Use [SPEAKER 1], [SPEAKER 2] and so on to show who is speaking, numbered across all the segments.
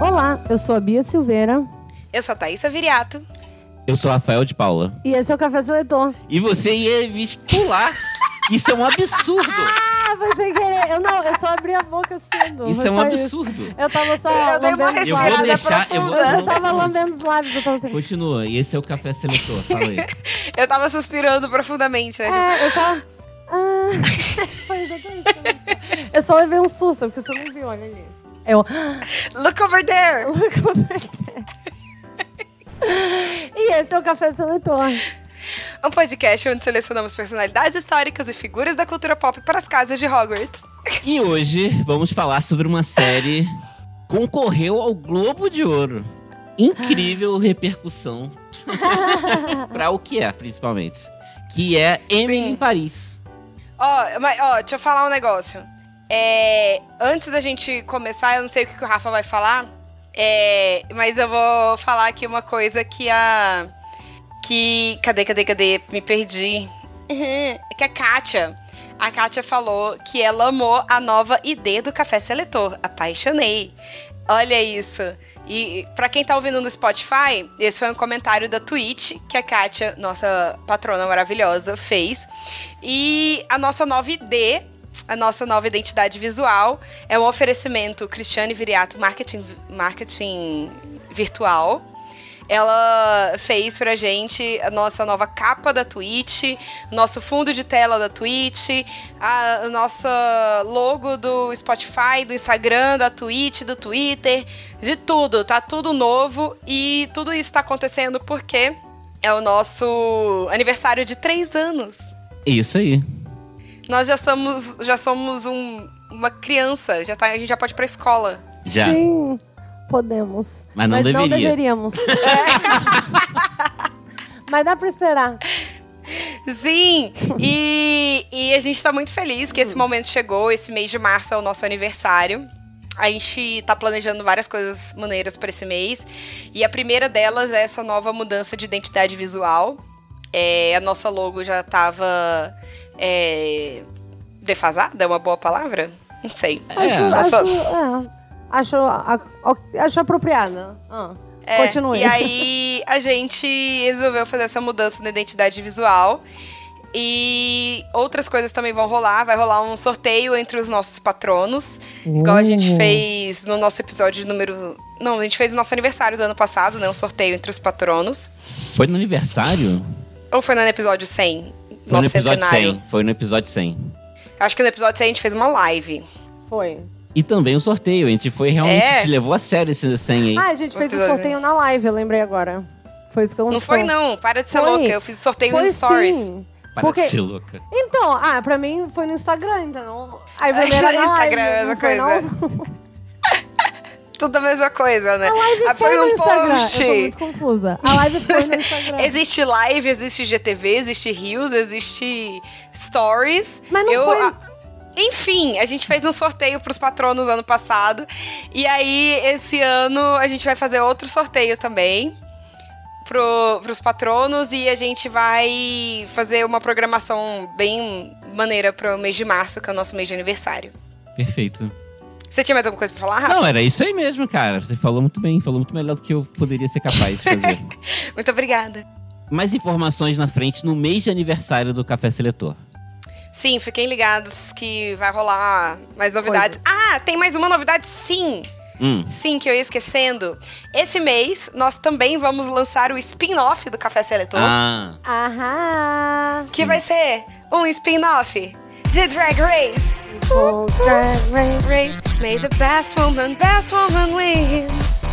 [SPEAKER 1] olá, eu sou a Bia Silveira
[SPEAKER 2] Eu sou a Thaísa Viriato.
[SPEAKER 3] Eu sou Rafael de Paula.
[SPEAKER 1] e esse é o Café Seletor.
[SPEAKER 3] E você ia me escular. Isso é um absurdo.
[SPEAKER 1] Ah, foi sem querer. Eu não, eu só abri a boca cedo.
[SPEAKER 3] Isso
[SPEAKER 1] foi
[SPEAKER 3] é um
[SPEAKER 1] só
[SPEAKER 3] absurdo.
[SPEAKER 1] Eu tava só
[SPEAKER 4] Eu dei uma
[SPEAKER 1] lambendo os
[SPEAKER 3] Eu vou
[SPEAKER 1] lábios.
[SPEAKER 4] respirada
[SPEAKER 3] deixar- eu vou-
[SPEAKER 4] profunda.
[SPEAKER 1] Eu tava lambendo os lábios, eu tava assim...
[SPEAKER 3] Continua, e esse é o Café Seletor, fala aí.
[SPEAKER 4] Eu tava suspirando profundamente, né?
[SPEAKER 1] É, eu tava... Ah, foi exatamente isso que aconteceu. Eu só levei um susto, porque você não viu, olha ali. Eu...
[SPEAKER 4] Tipo, Look over there!
[SPEAKER 1] E esse é o Café Seletor.
[SPEAKER 4] Um podcast onde selecionamos personalidades históricas e figuras da cultura pop para as casas de Hogwarts.
[SPEAKER 3] E hoje vamos falar sobre uma série que concorreu ao Globo de Ouro. Incrível repercussão pra o que é, principalmente. Que é Emily
[SPEAKER 4] Sim.
[SPEAKER 3] em Paris.
[SPEAKER 4] Ó, mas, ó, deixa eu falar um negócio. É, antes da gente começar, eu não sei o que, que o Rafa vai falar, é, mas eu vou falar aqui uma coisa que a. Que. Cadê, cadê, cadê? Me perdi. É que a Kátia. A Kátia falou que ela amou a nova ID do Café Seletor. Apaixonei. Olha isso. E pra quem tá ouvindo no Spotify, esse foi um comentário da Twitch que a Kátia, nossa patrona maravilhosa, fez. E a nossa nova ID, a nossa nova identidade visual, é um oferecimento Cristiane Viriato Marketing, Marketing Virtual. Ela fez pra gente a nossa nova capa da Twitch, nosso fundo de tela da Twitch, a, a nossa logo do Spotify, do Instagram, da Twitch, do Twitter, de tudo. Tá tudo novo e tudo isso tá acontecendo porque é o nosso aniversário de três anos.
[SPEAKER 3] Isso aí.
[SPEAKER 4] Nós já somos, já somos um- uma criança, já tá, a gente já pode ir pra escola.
[SPEAKER 3] Já.
[SPEAKER 1] Sim, podemos.
[SPEAKER 3] Mas não deveria.
[SPEAKER 1] deveríamos. É. Mas dá pra esperar.
[SPEAKER 4] Sim! E, e a gente tá muito feliz que esse momento chegou. Esse mês de março é o nosso aniversário. A gente tá planejando várias coisas maneiras pra esse mês. E a primeira delas é essa nova mudança de identidade visual. É, a nossa logo já tava. É, defasada? É uma boa palavra? Não sei.
[SPEAKER 1] Acho,
[SPEAKER 3] É.
[SPEAKER 1] acho,
[SPEAKER 4] Nossa-
[SPEAKER 1] é, acho, a- o- acho apropriada. Ah,
[SPEAKER 4] É,
[SPEAKER 1] Continue.
[SPEAKER 4] E aí a gente resolveu fazer essa mudança na identidade visual. E outras coisas também vão rolar. Vai rolar um sorteio entre os nossos patronos. Igual a
[SPEAKER 1] Uh.
[SPEAKER 4] gente fez no nosso episódio número. Não, a gente fez o nosso aniversário do ano passado, né? Um sorteio entre os patronos.
[SPEAKER 3] Foi no aniversário?
[SPEAKER 4] Ou foi no episódio 100?
[SPEAKER 3] Foi no
[SPEAKER 4] nosso
[SPEAKER 3] episódio
[SPEAKER 4] centenário.
[SPEAKER 3] 100. Foi no episódio 100.
[SPEAKER 4] Acho que no episódio 100 a gente fez uma live.
[SPEAKER 1] Foi.
[SPEAKER 3] E também o sorteio. A gente foi realmente.
[SPEAKER 4] É.
[SPEAKER 3] Te levou a sério esse 100 aí.
[SPEAKER 1] Ah, a gente fez o sorteio na live, eu lembrei agora. Foi isso que eu
[SPEAKER 4] Não foi, não. Para de ser
[SPEAKER 1] Foi.
[SPEAKER 4] louca. Eu fiz o sorteio
[SPEAKER 1] Foi
[SPEAKER 4] nos stories.
[SPEAKER 1] sim.
[SPEAKER 3] Para
[SPEAKER 1] porque-
[SPEAKER 3] de ser louca.
[SPEAKER 1] Então, ah, pra mim foi no Instagram, então. Aí pra mim era na
[SPEAKER 4] Instagram,
[SPEAKER 1] live,
[SPEAKER 4] mesma
[SPEAKER 1] não foi, não?
[SPEAKER 4] coisa. Tudo a mesma coisa, né? Ah,
[SPEAKER 1] Foi
[SPEAKER 4] foi
[SPEAKER 1] no
[SPEAKER 4] um
[SPEAKER 1] Instagram. Eu tô
[SPEAKER 4] post.
[SPEAKER 1] muito confusa. A live foi no Instagram.
[SPEAKER 4] Existe live, existe GTV, existe Reels, existe Stories.
[SPEAKER 1] Mas não foi-
[SPEAKER 4] Enfim, a gente fez um sorteio pros patronos ano passado. E aí, esse ano, a gente vai fazer outro sorteio também pro, pros patronos. E a gente vai fazer uma programação bem maneira pro mês de março, que é o nosso mês de aniversário.
[SPEAKER 3] Perfeito.
[SPEAKER 4] Você tinha mais alguma coisa pra falar, Rafa?
[SPEAKER 3] Não, era isso aí mesmo, cara. Você falou muito bem. Falou muito melhor do que eu poderia ser capaz de fazer.
[SPEAKER 4] Muito obrigada.
[SPEAKER 3] Mais informações na frente no mês de aniversário do Café Seletor.
[SPEAKER 4] Sim, fiquem ligados que vai rolar mais novidades. Ah, tem mais uma novidade, sim!
[SPEAKER 3] Hum.
[SPEAKER 4] Sim, que eu ia esquecendo. Esse mês, nós também vamos lançar o spin-off do Café Seletor.
[SPEAKER 3] Ah,
[SPEAKER 1] Aham.
[SPEAKER 4] que vai ser um spin-off de Drag Race.
[SPEAKER 1] Bons Drag Race.
[SPEAKER 4] Race, may the best woman, best woman wins.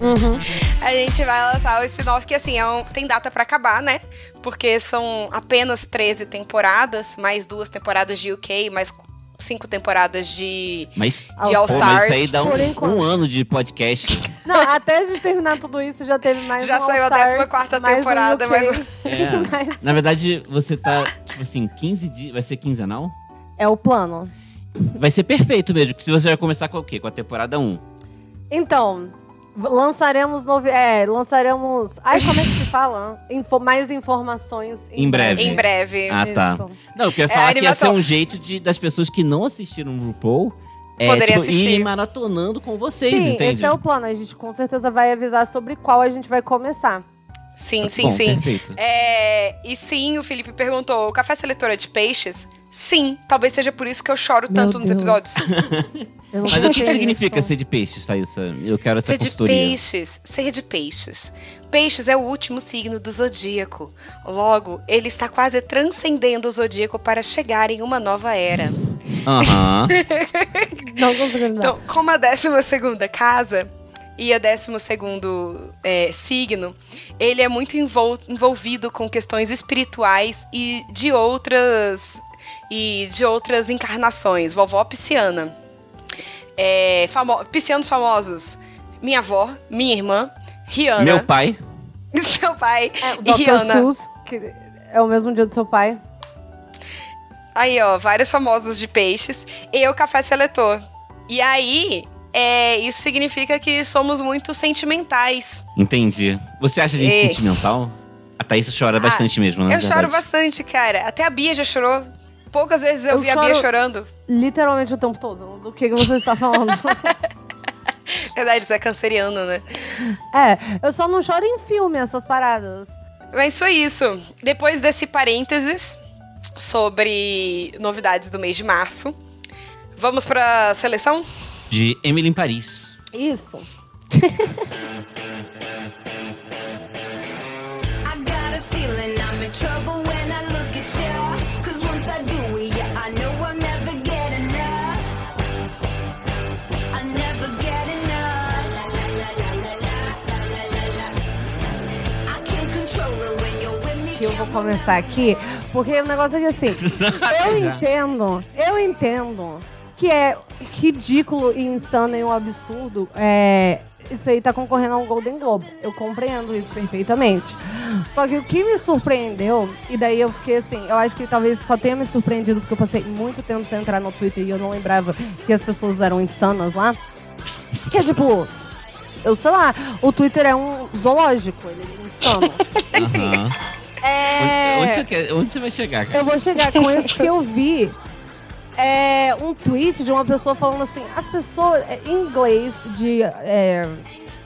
[SPEAKER 1] Uhum.
[SPEAKER 4] A gente vai lançar o spin-off, que assim, é um- tem data pra acabar, né? Porque são apenas 13 temporadas, mais duas temporadas de UK, mais cinco temporadas de.
[SPEAKER 3] mas,
[SPEAKER 4] De All
[SPEAKER 3] pô, mas
[SPEAKER 4] Stars.
[SPEAKER 3] isso aí dá
[SPEAKER 1] Por
[SPEAKER 3] um,
[SPEAKER 1] enquanto.
[SPEAKER 3] um ano de podcast.
[SPEAKER 1] Não, até a gente terminar tudo isso, já teve mais
[SPEAKER 4] Já
[SPEAKER 1] um
[SPEAKER 4] saiu a
[SPEAKER 1] All Stars,
[SPEAKER 4] 14ª
[SPEAKER 1] mais um
[SPEAKER 4] temporada,
[SPEAKER 1] UK,
[SPEAKER 4] mais
[SPEAKER 3] É.
[SPEAKER 1] mais-
[SPEAKER 3] Na verdade, você tá, tipo assim, 15 dias. Vai ser quinzenal?
[SPEAKER 1] É o plano.
[SPEAKER 3] Vai ser perfeito mesmo, que se você vai começar com o quê? Com a temporada 1.
[SPEAKER 1] Então, v- lançaremos novi... É, lançaremos. Ai, como é que se fala? Info- Mais informações
[SPEAKER 3] Em breve.
[SPEAKER 4] Em breve.
[SPEAKER 3] Ah, tá.
[SPEAKER 1] Isso.
[SPEAKER 3] Não, eu queria
[SPEAKER 4] É,
[SPEAKER 3] falar
[SPEAKER 4] a
[SPEAKER 3] que ia ser
[SPEAKER 4] animação.
[SPEAKER 3] um jeito de, das pessoas que não assistiram o RuPaul é,
[SPEAKER 4] Poderia
[SPEAKER 3] tipo,
[SPEAKER 4] assistir.
[SPEAKER 3] irem maratonando com vocês,
[SPEAKER 1] Sim,
[SPEAKER 3] entende?
[SPEAKER 1] esse é o plano. A gente com certeza vai avisar sobre qual a gente vai começar.
[SPEAKER 4] Sim,
[SPEAKER 3] Tá
[SPEAKER 4] sim,
[SPEAKER 3] bom,
[SPEAKER 4] sim.
[SPEAKER 3] Perfeito.
[SPEAKER 4] É, e sim, o Felipe perguntou: o café seletora é de peixes? Sim, talvez seja por isso que eu choro
[SPEAKER 1] Meu
[SPEAKER 4] tanto nos
[SPEAKER 1] Deus.
[SPEAKER 4] episódios.
[SPEAKER 1] Eu não
[SPEAKER 3] Mas o que, que
[SPEAKER 1] sei
[SPEAKER 3] significa
[SPEAKER 1] isso.
[SPEAKER 3] ser de peixes, Thaísa? Eu quero essa
[SPEAKER 4] Ser de
[SPEAKER 3] consultoria.
[SPEAKER 4] peixes, ser de peixes. Peixes é o último signo do zodíaco. Logo, ele está quase transcendendo o zodíaco para chegar em uma nova era.
[SPEAKER 3] Aham.
[SPEAKER 1] Não consigo lembrar.
[SPEAKER 4] Então, como a 12 segunda casa e a 12 segundo signo, ele é muito envol- envolvido com questões espirituais e de outras e de outras encarnações. Vovó pisciana. É, famo- piscianos famosos. Minha avó, minha irmã, Rihanna.
[SPEAKER 3] Meu pai.
[SPEAKER 4] Seu pai
[SPEAKER 1] É, o
[SPEAKER 4] e
[SPEAKER 1] Dr.
[SPEAKER 4] Rihanna.
[SPEAKER 1] Seuss, que é o mesmo dia do seu pai.
[SPEAKER 4] Aí, ó, vários famosos de peixes e o café seletor. E aí, é, isso significa que somos muito sentimentais.
[SPEAKER 3] Entendi. Você acha a gente
[SPEAKER 4] Ei.
[SPEAKER 3] sentimental? A Thaísa chora
[SPEAKER 4] Ah,
[SPEAKER 3] bastante mesmo, né?
[SPEAKER 4] eu choro bastante, cara. Até a Bia já chorou. Poucas vezes eu,
[SPEAKER 1] Eu
[SPEAKER 4] vi a Bia
[SPEAKER 1] choro-
[SPEAKER 4] chorando.
[SPEAKER 1] Literalmente o tempo todo. Do que que você está falando?
[SPEAKER 4] Verdade, você é canceriano, né?
[SPEAKER 1] é, eu só não choro em filme essas paradas.
[SPEAKER 4] Mas foi isso. Depois desse parênteses sobre novidades do mês de março, vamos pra seleção?
[SPEAKER 3] De Emily em Paris.
[SPEAKER 1] Isso.
[SPEAKER 5] I got a feeling I'm in trouble when I look at ya. Cause once I do it, yeah, I know I'll never get enough. I never get enough. La, la, la, la, la, la, la, la, la. I can't control it when you're with me.
[SPEAKER 1] que eu vou começar aqui, porque o negócio é que assim, eu entendo, eu entendo que é ridículo e insano e um absurdo. É, isso aí tá concorrendo a um Golden Globe. Eu compreendo isso perfeitamente. Só que o que me surpreendeu, e daí eu fiquei assim, eu acho que talvez só tenha me surpreendido, porque eu passei muito tempo sem entrar no Twitter e eu não lembrava que as pessoas eram insanas lá. Que é tipo. Eu sei lá, o Twitter é um zoológico, ele é insano.
[SPEAKER 3] Aham.
[SPEAKER 1] É...
[SPEAKER 3] Onde, onde você quer- onde você vai chegar, cara?
[SPEAKER 1] Eu vou chegar com isso que eu vi. É, um tweet de uma pessoa falando assim, as pessoas. é, Em inglês, de. é,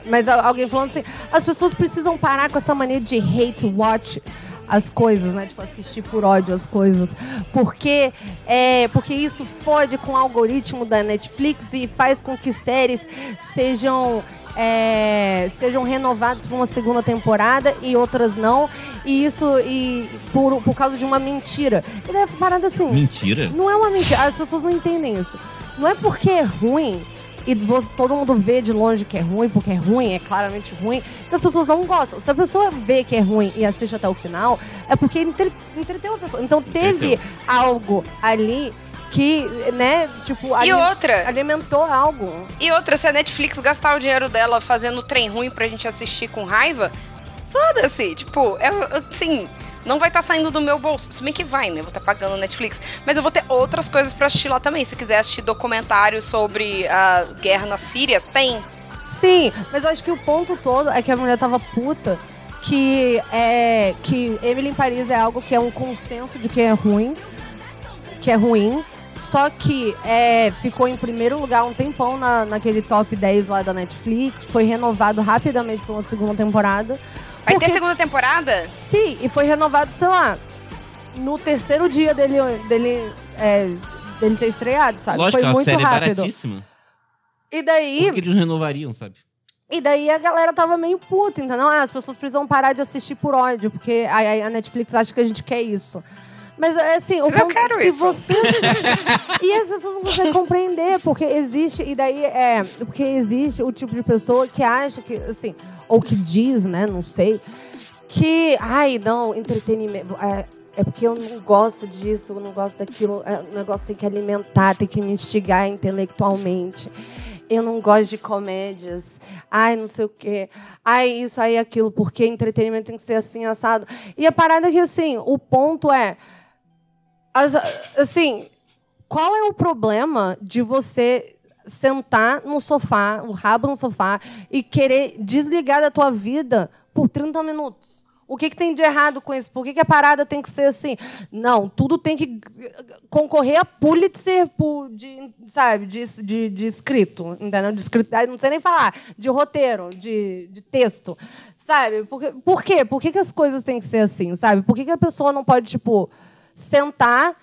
[SPEAKER 1] mas al- alguém falando assim, as pessoas precisam parar com essa mania de hate watch as coisas, né? Tipo, assistir por ódio as coisas. Porque, é, porque isso fode com o algoritmo da Netflix e faz com que séries sejam. é, sejam renovadas para uma segunda temporada e outras não. E isso e por, por causa de uma mentira. E daí a parada assim.
[SPEAKER 3] Mentira.
[SPEAKER 1] Não é uma mentira. As pessoas não entendem isso. Não é porque é ruim e vo- todo mundo vê de longe que é ruim, porque é ruim, é claramente ruim, que as pessoas não gostam. Se a pessoa vê que é ruim e assiste até o final, é porque entre- entreteu a pessoa. Então teve
[SPEAKER 3] Entreteu.
[SPEAKER 1] algo ali que, né, tipo, ali-
[SPEAKER 4] E outra,
[SPEAKER 1] alimentou algo.
[SPEAKER 4] E outra, se a Netflix gastar o dinheiro dela fazendo trem ruim pra gente assistir com raiva, foda-se. Tipo, é, é, assim, não vai estar saindo do meu bolso. Se bem que vai, né? Eu vou estar pagando Netflix. Mas eu vou ter outras coisas pra assistir lá também. Se quiser assistir documentário sobre a guerra na Síria, tem.
[SPEAKER 1] Sim, mas eu acho que o ponto todo é que a mulher tava puta que é que Emily em Paris é algo que é um consenso de que é ruim, que é ruim. Só que é, ficou em primeiro lugar um tempão na, naquele top 10 lá da Netflix, foi renovado rapidamente pra uma segunda temporada.
[SPEAKER 4] Vai
[SPEAKER 1] Porque-
[SPEAKER 4] ter segunda temporada?
[SPEAKER 1] Sim, e foi renovado, sei lá, no terceiro dia dele, dele, é, dele ter estreado, sabe?
[SPEAKER 3] Lógico,
[SPEAKER 1] foi
[SPEAKER 3] a
[SPEAKER 1] muito
[SPEAKER 3] série é
[SPEAKER 1] rápido.
[SPEAKER 3] baratíssima.
[SPEAKER 1] E daí,
[SPEAKER 3] Porque eles não renovariam, sabe?
[SPEAKER 1] e daí a galera tava meio puta, entendeu? Ah, as pessoas precisam parar de assistir por ódio, porque a, a Netflix acha que a gente quer isso. Mas é assim, o
[SPEAKER 4] Mas eu
[SPEAKER 1] ponto-
[SPEAKER 4] quero
[SPEAKER 1] se
[SPEAKER 4] isso.
[SPEAKER 1] você assistir- e as pessoas não conseguem compreender, porque existe, e daí é, porque existe o tipo de pessoa que acha que, assim, ou que diz, né, não sei, que, ai, não, entretenimento, é, é porque eu não gosto disso, eu não gosto daquilo, é, o negócio tem que alimentar, tem que me instigar intelectualmente. Eu não gosto de comédias. Ai, não sei o quê. Ai, isso, ai, aquilo. Porque entretenimento tem que ser assim, assado. E a parada é que, assim, o ponto é... As- assim, qual é o problema de você sentar no sofá, o rabo no sofá, e querer desligar da tua vida por 30 minutos? O que, que tem de errado com isso? Por que, que a parada tem que ser assim? Não, tudo tem que concorrer a Pulitzer, pu- de, sabe, de, de, de escrito, entendeu? De escrito, ai, não sei nem falar, de roteiro, de, de texto, sabe? Por, que- por quê? Por que, que as coisas têm que ser assim, sabe? Por que, que a pessoa não pode, tipo, sentar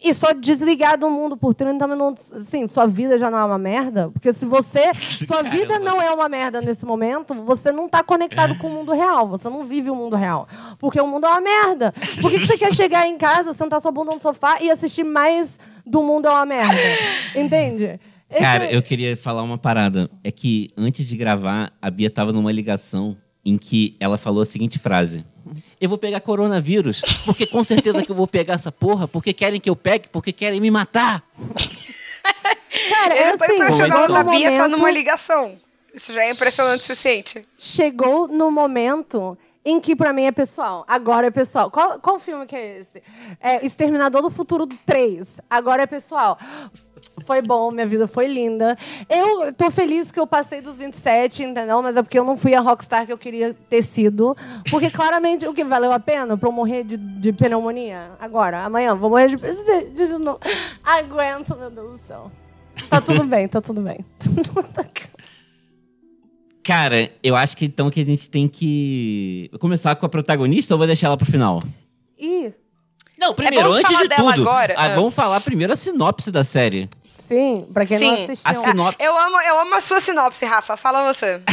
[SPEAKER 1] e só desligar do mundo por 30 minutos, assim, sua vida já não é uma merda? Porque se você. Sua
[SPEAKER 3] Caramba.
[SPEAKER 1] vida não é uma merda nesse momento, você não tá conectado com o mundo real. Você não vive o mundo real. Porque o mundo é uma merda. Por que, que você quer chegar em casa, sentar sua bunda no sofá e assistir mais do mundo é uma merda? Entende? Esse- é
[SPEAKER 3] Cara, eu queria falar uma parada. É que antes de gravar, a Bia tava numa ligação em que ela falou a seguinte frase. Eu vou pegar coronavírus, porque com certeza que eu vou pegar essa porra, porque querem que eu pegue, porque querem me matar.
[SPEAKER 1] Cara, é
[SPEAKER 4] eu tô
[SPEAKER 1] assim,
[SPEAKER 4] impressionado
[SPEAKER 1] chegou
[SPEAKER 4] da
[SPEAKER 1] no
[SPEAKER 4] Bia tá
[SPEAKER 1] momento-
[SPEAKER 4] numa ligação. Isso já é impressionante o suficiente.
[SPEAKER 1] chegou no momento em que pra mim é pessoal. Agora é pessoal. Qual, qual filme que é esse? É Exterminador do Futuro 3. Agora é pessoal. Foi bom, minha vida foi linda. Eu tô feliz que eu passei dos 27, entendeu? Mas é porque eu não fui a rockstar que eu queria ter sido. Porque claramente, o que valeu a pena pra eu morrer de, de pneumonia? Agora, amanhã, vou morrer de, de, de novo. Aguento, meu Deus do céu. Tá tudo bem, tá tudo bem.
[SPEAKER 3] Cara, eu acho que então que a gente tem que começar com a protagonista ou vou deixar ela pro final?
[SPEAKER 1] Ih,
[SPEAKER 3] Não, primeiro,
[SPEAKER 4] É bom
[SPEAKER 3] antes
[SPEAKER 4] falar
[SPEAKER 3] de
[SPEAKER 4] dela
[SPEAKER 3] tudo,
[SPEAKER 4] agora?
[SPEAKER 3] ah,
[SPEAKER 4] Ah.
[SPEAKER 3] vamos falar primeiro a sinopse da série.
[SPEAKER 1] sim, pra quem não
[SPEAKER 4] Sim, assim. Ah,
[SPEAKER 1] assistiu.
[SPEAKER 3] A sinopse.
[SPEAKER 4] Eu amo, eu amo a sua sinopse, Rafa. Fala você.
[SPEAKER 1] Ah,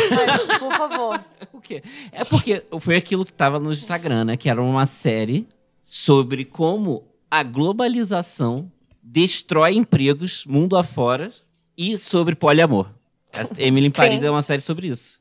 [SPEAKER 1] Mas, por favor.
[SPEAKER 3] O quê? É porque foi aquilo que tava no Instagram, né? Que era uma série sobre como a globalização destrói empregos mundo afora e sobre poliamor. A Emily em Paris é uma série sobre isso.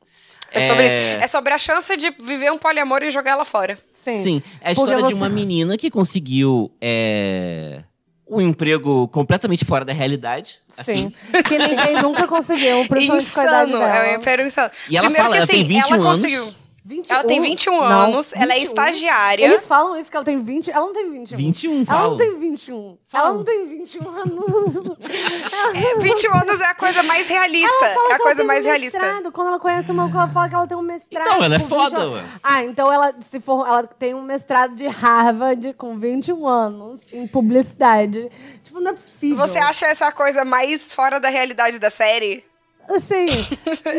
[SPEAKER 4] É sobre isso. É sobre a chance de viver um poliamor e jogar ela fora.
[SPEAKER 1] Sim.
[SPEAKER 3] Sim, é a
[SPEAKER 1] Porque
[SPEAKER 3] história
[SPEAKER 1] você-
[SPEAKER 3] de uma menina que conseguiu é, um emprego completamente fora da realidade.
[SPEAKER 1] Sim.
[SPEAKER 3] Assim.
[SPEAKER 1] Que ninguém nunca conseguiu, principalmente com a idade
[SPEAKER 4] Insano.
[SPEAKER 1] dela.
[SPEAKER 4] É um império insano.
[SPEAKER 3] E ela
[SPEAKER 4] Primeiro
[SPEAKER 3] fala,
[SPEAKER 4] que
[SPEAKER 3] ela
[SPEAKER 4] assim,
[SPEAKER 3] tem 21
[SPEAKER 4] ela
[SPEAKER 3] anos.
[SPEAKER 4] conseguiu.
[SPEAKER 1] 21?
[SPEAKER 4] Ela tem 21
[SPEAKER 1] Não,
[SPEAKER 4] anos, ela é
[SPEAKER 1] 21.
[SPEAKER 4] estagiária.
[SPEAKER 1] Eles falam isso, que ela tem 20. Ela não tem 21.
[SPEAKER 3] 21,
[SPEAKER 1] Ela não
[SPEAKER 3] fala.
[SPEAKER 1] tem 21.
[SPEAKER 3] Falam.
[SPEAKER 1] Ela não tem 21 anos. Ela-
[SPEAKER 4] 21 anos é a coisa mais realista.
[SPEAKER 1] Ela fala
[SPEAKER 4] É a
[SPEAKER 1] que
[SPEAKER 4] coisa
[SPEAKER 1] ela tem
[SPEAKER 4] mais
[SPEAKER 1] um
[SPEAKER 4] realista.
[SPEAKER 1] mestrado. Quando ela conhece uma, ela fala que ela tem um mestrado.
[SPEAKER 3] Então, ela é
[SPEAKER 1] com
[SPEAKER 3] foda,
[SPEAKER 1] 21
[SPEAKER 3] ué.
[SPEAKER 1] Ah, então ela se for, ela tem um mestrado de Harvard com 21 anos em publicidade. Tipo, não é possível.
[SPEAKER 4] Você acha essa a coisa mais fora da realidade da série?
[SPEAKER 1] Assim,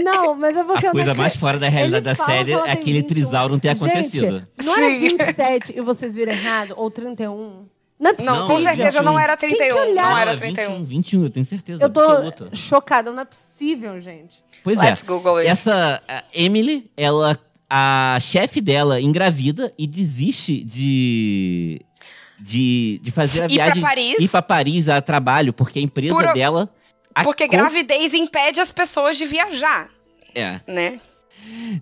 [SPEAKER 1] não, mas é porque
[SPEAKER 3] A
[SPEAKER 1] eu não
[SPEAKER 3] coisa mais
[SPEAKER 1] acredito.
[SPEAKER 3] fora da realidade
[SPEAKER 1] Eles
[SPEAKER 3] da
[SPEAKER 1] falam que
[SPEAKER 3] série
[SPEAKER 1] ela
[SPEAKER 3] é
[SPEAKER 1] tem
[SPEAKER 3] aquele
[SPEAKER 1] 21.
[SPEAKER 3] trisal não ter
[SPEAKER 1] Gente,
[SPEAKER 3] acontecido.
[SPEAKER 1] Não era
[SPEAKER 4] Sim.
[SPEAKER 1] 27 e vocês viram errado? Ou 31? Não é possível.
[SPEAKER 4] Não, com
[SPEAKER 3] Sim,
[SPEAKER 4] certeza
[SPEAKER 3] 21.
[SPEAKER 4] não era 31.
[SPEAKER 1] olhar?
[SPEAKER 4] Não
[SPEAKER 1] Não,
[SPEAKER 4] era
[SPEAKER 3] é
[SPEAKER 4] 31.
[SPEAKER 3] 21, 21, eu tenho certeza.
[SPEAKER 1] Eu tô
[SPEAKER 3] absoluta.
[SPEAKER 1] chocada, não é possível, gente.
[SPEAKER 3] Pois
[SPEAKER 4] Let's
[SPEAKER 3] é.
[SPEAKER 4] Google it.
[SPEAKER 3] Essa a Emily, ela a chefe dela engravida e desiste de de, de fazer a
[SPEAKER 4] Ir pra
[SPEAKER 3] viagem
[SPEAKER 4] Paris.
[SPEAKER 3] ir pra Paris a trabalho, porque a empresa
[SPEAKER 4] Por-
[SPEAKER 3] dela a
[SPEAKER 4] Porque
[SPEAKER 3] con-
[SPEAKER 4] gravidez impede as pessoas de viajar,
[SPEAKER 3] é.
[SPEAKER 4] né?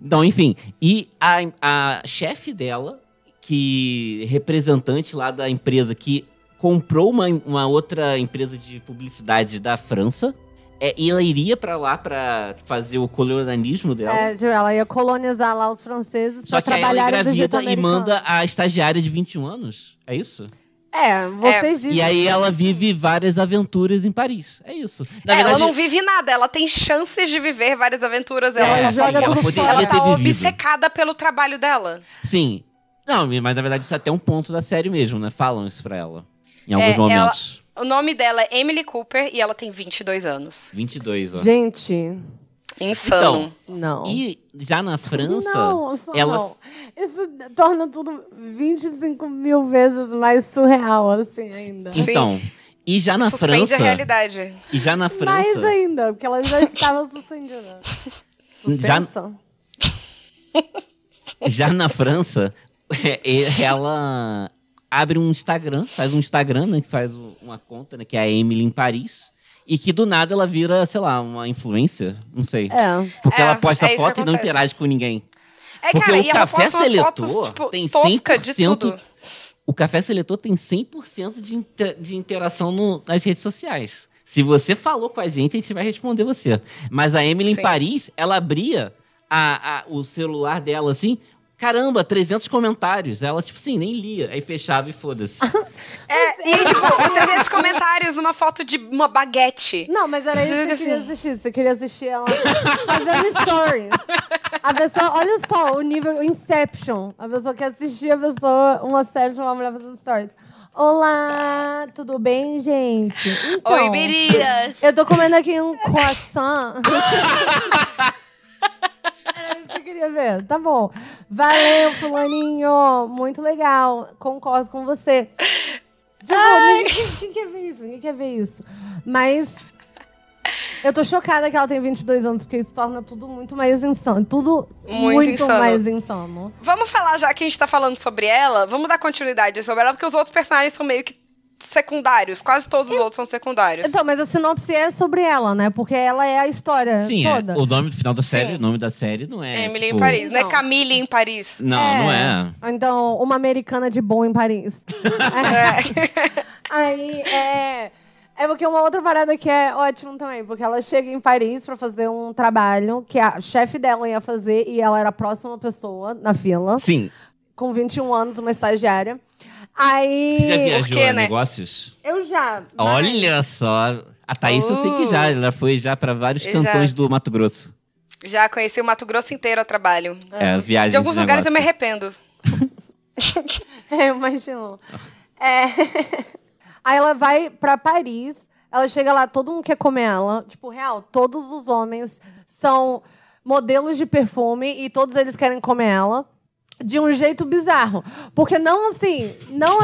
[SPEAKER 3] Então, enfim, e a, a chefe dela, que representante lá da empresa que comprou uma, uma outra empresa de publicidade da França, é, e ela iria pra lá pra fazer o colonialismo dela.
[SPEAKER 1] É, tipo, ela ia colonizar lá os franceses
[SPEAKER 3] Só
[SPEAKER 1] pra
[SPEAKER 3] que aí ela
[SPEAKER 1] trabalharem do jeito
[SPEAKER 3] engravida e
[SPEAKER 1] americano.
[SPEAKER 3] manda a estagiária de 21 anos. É isso?
[SPEAKER 1] É, vocês dizem.
[SPEAKER 3] E aí ela vive várias aventuras em Paris. É isso. Na
[SPEAKER 4] É,
[SPEAKER 3] verdade,
[SPEAKER 4] ela não vive nada, ela tem chances de viver várias aventuras. Ela,
[SPEAKER 1] Ela
[SPEAKER 4] tá-
[SPEAKER 1] joga
[SPEAKER 3] É, ela
[SPEAKER 1] tudo
[SPEAKER 3] poderia
[SPEAKER 1] fora.
[SPEAKER 4] ela
[SPEAKER 3] ter
[SPEAKER 4] tá
[SPEAKER 3] vivido.
[SPEAKER 4] obcecada pelo trabalho dela.
[SPEAKER 3] Sim. Não, mas na verdade isso é até um ponto da série mesmo, né? Falam isso pra ela. Em alguns
[SPEAKER 4] É, ela-
[SPEAKER 3] momentos.
[SPEAKER 4] O nome dela é Emily Cooper e ela tem 22 anos.
[SPEAKER 3] 22, ó.
[SPEAKER 1] Gente,
[SPEAKER 4] Insano.
[SPEAKER 3] Então,
[SPEAKER 1] não.
[SPEAKER 3] E já na França,
[SPEAKER 1] não, só
[SPEAKER 3] ela-
[SPEAKER 1] não. Isso torna tudo 25 mil vezes mais surreal, assim, ainda.
[SPEAKER 4] Sim.
[SPEAKER 3] então, E já na
[SPEAKER 4] Suspende a
[SPEAKER 3] França.
[SPEAKER 4] realidade.
[SPEAKER 3] E já na
[SPEAKER 1] Mais
[SPEAKER 3] França.
[SPEAKER 1] ainda, porque ela já estava suspendida.
[SPEAKER 3] Já-
[SPEAKER 1] Suspensão.
[SPEAKER 3] Já na França, é, é, ela abre um Instagram, faz um Instagram, né? Que faz o- uma conta, né? Que é a Emily em Paris. E que do nada ela vira, sei lá, uma influencer. Não sei.
[SPEAKER 1] É.
[SPEAKER 3] Porque
[SPEAKER 4] É,
[SPEAKER 3] ela posta
[SPEAKER 4] é isso que
[SPEAKER 3] foto e não
[SPEAKER 4] acontece.
[SPEAKER 3] interage com ninguém.
[SPEAKER 4] É,
[SPEAKER 3] Porque
[SPEAKER 4] cara,
[SPEAKER 3] o
[SPEAKER 4] e ela
[SPEAKER 3] café
[SPEAKER 4] posta umas
[SPEAKER 3] seletor
[SPEAKER 4] fotos, tipo,
[SPEAKER 3] tem
[SPEAKER 4] tosca de
[SPEAKER 3] 100%
[SPEAKER 4] tudo.
[SPEAKER 3] O café seletor tem 100% de, inter- de interação no- nas redes sociais. Se você falou com a gente, a gente vai responder você. Mas a Emily
[SPEAKER 4] Sim.
[SPEAKER 3] em Paris, ela abria a- a- o celular dela assim. Caramba, 300 comentários. Ela, tipo assim, nem lia. Aí fechava e foda-se.
[SPEAKER 4] É, e tipo, 300 comentários numa foto de uma baguete.
[SPEAKER 1] Não, mas era
[SPEAKER 4] Você
[SPEAKER 1] isso que
[SPEAKER 4] fica
[SPEAKER 1] eu queria
[SPEAKER 4] assim-
[SPEAKER 1] assistir. Você queria assistir ela fazendo stories. A pessoa, olha só o nível o Inception. A pessoa quer assistir a pessoa, uma série de uma mulher fazendo stories. Olá, tudo bem, gente? Então,
[SPEAKER 4] Oi, Birias!
[SPEAKER 1] Eu tô comendo aqui um croissant. Era isso que eu queria ver. Tá bom. Valeu, fulaninho. Muito legal. Concordo com você. Tipo, ninguém, ninguém quer ver isso, ninguém quer ver isso. Mas eu tô chocada que ela tem 22 anos, porque isso torna tudo muito mais insano. Tudo muito,
[SPEAKER 4] Muito insano.
[SPEAKER 1] mais insano.
[SPEAKER 4] Vamos falar, já que a gente tá falando sobre ela, vamos dar continuidade sobre ela, porque os outros personagens são meio que secundários. Quase todos os outros são secundários.
[SPEAKER 1] Então, mas a sinopse é sobre ela, né? Porque ela é a história
[SPEAKER 3] Sim, é,
[SPEAKER 1] toda.
[SPEAKER 3] o nome do final da série,
[SPEAKER 4] Sim.
[SPEAKER 3] o nome da série não é.
[SPEAKER 4] Emily
[SPEAKER 3] tipo,
[SPEAKER 4] em Paris, não é
[SPEAKER 1] Não.
[SPEAKER 4] Camille em Paris.
[SPEAKER 3] Não, não é.
[SPEAKER 1] Então, uma americana de bom em Paris. É. Aí é. É porque uma outra parada que é ótimo também, porque ela chega em Paris pra fazer um trabalho que a chefe dela ia fazer e ela era a próxima pessoa na fila,
[SPEAKER 3] é. Sim.
[SPEAKER 1] com 21 anos, uma estagiária.
[SPEAKER 3] Você já
[SPEAKER 1] Aí
[SPEAKER 3] viajou
[SPEAKER 4] quê,
[SPEAKER 3] a
[SPEAKER 4] né?
[SPEAKER 3] negócios?
[SPEAKER 1] eu já. mas-
[SPEAKER 3] Olha só. A Thaís eu sei que
[SPEAKER 4] Uh.
[SPEAKER 3] já. Ela foi já pra vários
[SPEAKER 4] Eu
[SPEAKER 3] cantões
[SPEAKER 4] já.
[SPEAKER 3] do Mato Grosso.
[SPEAKER 4] Já conheci o Mato Grosso inteiro a trabalho.
[SPEAKER 3] É, a viagem
[SPEAKER 4] De alguns
[SPEAKER 3] de
[SPEAKER 4] lugares eu me
[SPEAKER 3] negócio.
[SPEAKER 4] arrependo.
[SPEAKER 1] É, imagino. É. Aí ela vai pra Paris, ela chega lá, todo mundo quer comer ela. Tipo, real, todos os homens são modelos de perfume e todos eles querem comer ela. De um jeito bizarro. Porque não assim. Não.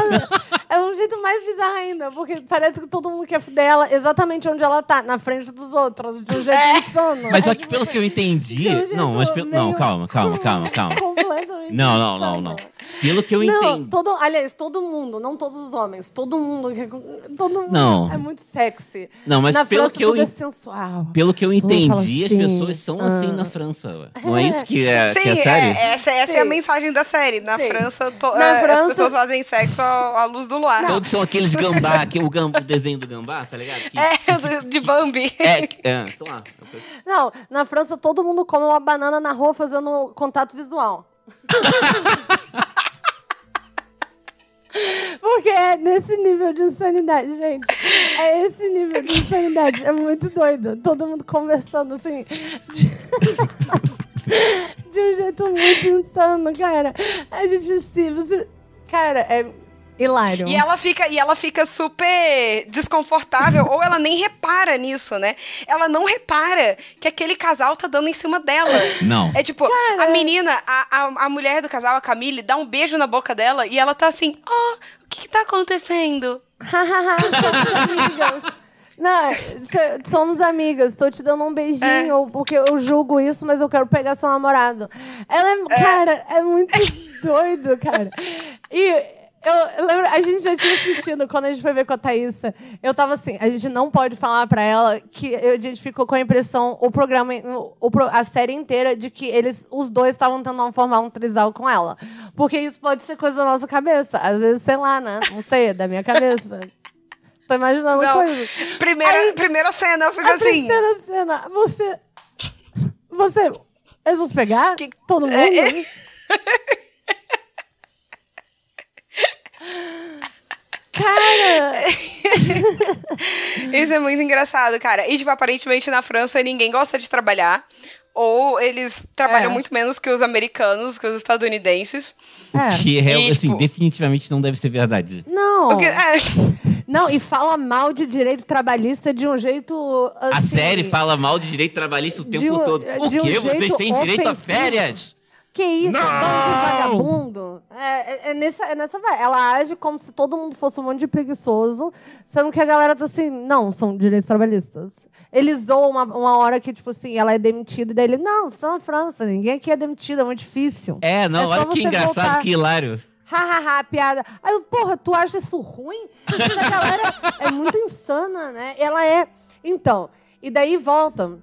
[SPEAKER 1] É um jeito mais bizarro ainda. Porque parece que todo mundo quer fuder ela exatamente onde ela tá, na frente dos outros. De um jeito insano.
[SPEAKER 3] Mas
[SPEAKER 1] É
[SPEAKER 3] só que
[SPEAKER 1] tipo,
[SPEAKER 3] pelo que eu entendi.
[SPEAKER 1] de um jeito
[SPEAKER 3] Não, mas pelo. Não,
[SPEAKER 1] meio-
[SPEAKER 3] calma, calma, calma, calma.
[SPEAKER 1] Completamente
[SPEAKER 3] Não, não, não,
[SPEAKER 1] insano.
[SPEAKER 3] não. Pelo que eu
[SPEAKER 1] Não,
[SPEAKER 3] entendi.
[SPEAKER 1] todo, aliás, todo mundo, não todos os homens, todo mundo. que- Todo mundo
[SPEAKER 3] Não.
[SPEAKER 1] é muito sexy.
[SPEAKER 3] Não, mas
[SPEAKER 1] Na
[SPEAKER 3] pelo
[SPEAKER 1] França,
[SPEAKER 3] que eu
[SPEAKER 1] tudo é
[SPEAKER 3] en-
[SPEAKER 1] sensual.
[SPEAKER 3] Pelo que eu
[SPEAKER 1] Todo mundo
[SPEAKER 3] entendi,
[SPEAKER 1] fala
[SPEAKER 3] as
[SPEAKER 1] assim,
[SPEAKER 3] pessoas são assim
[SPEAKER 1] ah.
[SPEAKER 3] na França. ué. Não é isso que é, que
[SPEAKER 4] Sim,
[SPEAKER 3] é
[SPEAKER 4] é-
[SPEAKER 3] sério?
[SPEAKER 4] essa, essa é a
[SPEAKER 1] Sim.
[SPEAKER 4] mensagem da série. Na
[SPEAKER 1] Sim.
[SPEAKER 4] França, to-
[SPEAKER 1] Na
[SPEAKER 4] é,
[SPEAKER 1] França-
[SPEAKER 4] as pessoas fazem sexo ao- à luz do luar.
[SPEAKER 3] Todos são aqueles gambá, que o, gam- o desenho do gambá, tá ligado? Que-
[SPEAKER 4] É, de Bambi.
[SPEAKER 3] É, que- é, sei lá. é uma coisa-
[SPEAKER 1] Não, na França todo mundo come uma banana na rua fazendo contato visual. Porque é nesse nível de insanidade, gente. É esse nível de insanidade. É muito doido. Todo mundo conversando assim. De, de um jeito muito insano, cara. A gente se. Você... Cara, é hilário.
[SPEAKER 4] E é ela fica, e ela fica super desconfortável, ou ela nem repara nisso, né? Ela não repara que aquele casal tá dando em cima dela.
[SPEAKER 3] Não.
[SPEAKER 4] É tipo, a menina, a, a, a mulher do casal, a Camille, dá um beijo na boca dela e ela tá assim, ó, o que que tá acontecendo?
[SPEAKER 1] somos amigas. Não, cê- somos amigas. Tô te dando um beijinho, porque eu julgo isso, mas eu quero pegar seu namorado. Ela é, cara, é muito doido, cara. E eu lembro, a gente já tinha assistido quando a gente foi ver com a Thaísa. Eu tava assim, a gente não pode falar pra ela que a gente ficou com a impressão, o programa, o, pro- a série inteira, de que eles, os dois estavam tentando formar um trisal com ela. Porque isso pode ser coisa da nossa cabeça. Às vezes, sei lá, né? Não sei, é da minha cabeça. Tô imaginando
[SPEAKER 4] Não.
[SPEAKER 1] coisas.
[SPEAKER 4] Primeira, primeira cena, eu fico
[SPEAKER 1] assim. A
[SPEAKER 4] assim.
[SPEAKER 1] terceira cena, você. Você. Eles vão se pegar?
[SPEAKER 4] Que- é,
[SPEAKER 1] Todo mundo? Cara!
[SPEAKER 4] Isso é muito engraçado, cara. E, tipo, aparentemente na França ninguém gosta de trabalhar. Ou eles trabalham
[SPEAKER 1] É.
[SPEAKER 4] muito menos que os americanos, que os estadunidenses.
[SPEAKER 1] É.
[SPEAKER 3] Que é, assim,
[SPEAKER 4] tipo-
[SPEAKER 3] definitivamente não deve ser verdade.
[SPEAKER 1] Não.
[SPEAKER 4] Porque, é,
[SPEAKER 1] Não, e fala mal de direito trabalhista de um jeito. Assim,
[SPEAKER 3] A série fala mal de direito trabalhista o
[SPEAKER 1] de
[SPEAKER 3] tempo
[SPEAKER 1] um-
[SPEAKER 4] é,
[SPEAKER 3] todo.
[SPEAKER 1] de
[SPEAKER 3] O
[SPEAKER 1] um
[SPEAKER 3] quê?
[SPEAKER 1] jeito
[SPEAKER 3] Vocês têm direito a
[SPEAKER 1] ofensivo.
[SPEAKER 3] férias?
[SPEAKER 1] Que isso,
[SPEAKER 6] Não!
[SPEAKER 1] bando de vagabundo. É, é- é nessa, é nessa vai. Ela age como se todo mundo fosse um monte de preguiçoso, sendo que a galera tá assim, não, são direitos trabalhistas. Ele zoa uma, uma hora que, tipo assim, ela é demitida, e daí ele, não, são na França, ninguém aqui é demitido, é muito difícil.
[SPEAKER 3] É, não,
[SPEAKER 1] É só
[SPEAKER 3] olha que
[SPEAKER 1] você
[SPEAKER 3] engraçado,
[SPEAKER 1] voltar.
[SPEAKER 3] que hilário.
[SPEAKER 1] Ha, ha, ha, piada. Aí eu, porra, tu acha isso ruim? Mas a galera é muito insana, né? Ela é. Então, e daí volta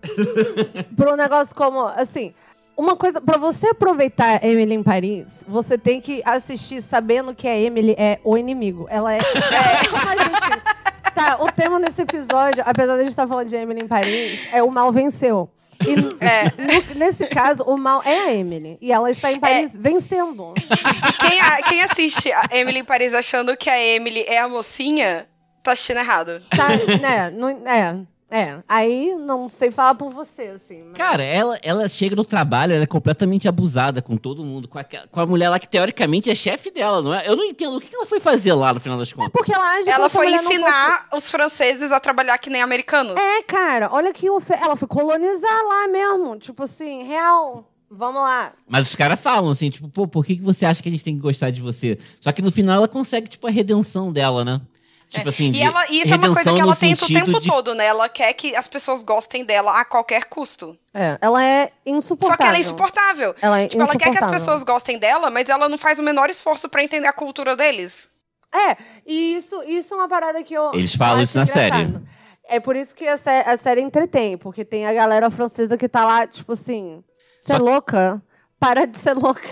[SPEAKER 1] para um negócio como, assim. Uma coisa, pra você aproveitar Emily em Paris, você tem que assistir sabendo que a Emily é o inimigo. Ela é. é como a gente- Tá, o tema desse episódio, apesar de a gente estar falando de Emily em Paris, é o mal venceu. E n- no- nesse caso, o mal é a Emily. E ela está em Paris vencendo.
[SPEAKER 4] E quem, a- quem assiste a Emily em Paris achando que a Emily é a mocinha, tá assistindo errado.
[SPEAKER 1] Tá, né, não, é, é. Aí não sei falar por você, assim. mas-
[SPEAKER 3] Cara, ela, ela chega no trabalho, ela é completamente abusada com todo mundo, com, aquela- com a mulher lá que teoricamente é chefe dela, não é? Eu não entendo o que que ela foi fazer lá no final das contas.
[SPEAKER 1] Porque ela age como
[SPEAKER 4] Ela
[SPEAKER 1] se a
[SPEAKER 4] foi
[SPEAKER 1] mulher não
[SPEAKER 4] ensinar os franceses a trabalhar que nem americanos.
[SPEAKER 1] fosse- É, cara, olha que ofe... ela foi colonizar lá mesmo. Tipo assim, real. Vamos lá.
[SPEAKER 3] Mas os caras falam assim, tipo, pô, por que, que você acha que a gente tem que gostar de você? Só que no final ela consegue, tipo, a redenção dela, né? Tipo assim,
[SPEAKER 4] E,
[SPEAKER 3] de-
[SPEAKER 4] ela- e isso é uma coisa
[SPEAKER 3] redenção
[SPEAKER 4] que
[SPEAKER 3] no
[SPEAKER 4] ela tenta o
[SPEAKER 3] sentido
[SPEAKER 4] tempo
[SPEAKER 3] de-
[SPEAKER 4] todo, né? Ela quer que as pessoas gostem dela a qualquer custo.
[SPEAKER 1] É, ela é
[SPEAKER 4] Só
[SPEAKER 1] insuportável.
[SPEAKER 4] que ela é insuportável.
[SPEAKER 1] Ela é
[SPEAKER 4] Tipo, ela quer que as
[SPEAKER 1] insuportável.
[SPEAKER 4] pessoas gostem dela, mas ela não faz o menor esforço pra entender a cultura deles.
[SPEAKER 1] É, e isso, isso é uma parada que eu.
[SPEAKER 3] Eles falam
[SPEAKER 1] eu
[SPEAKER 3] isso
[SPEAKER 1] acho
[SPEAKER 3] na
[SPEAKER 1] engraçado. É por isso que a, sé- a série entretém, porque tem a galera francesa que tá lá, tipo assim, você é
[SPEAKER 3] Só-
[SPEAKER 1] louca? Para de ser louca.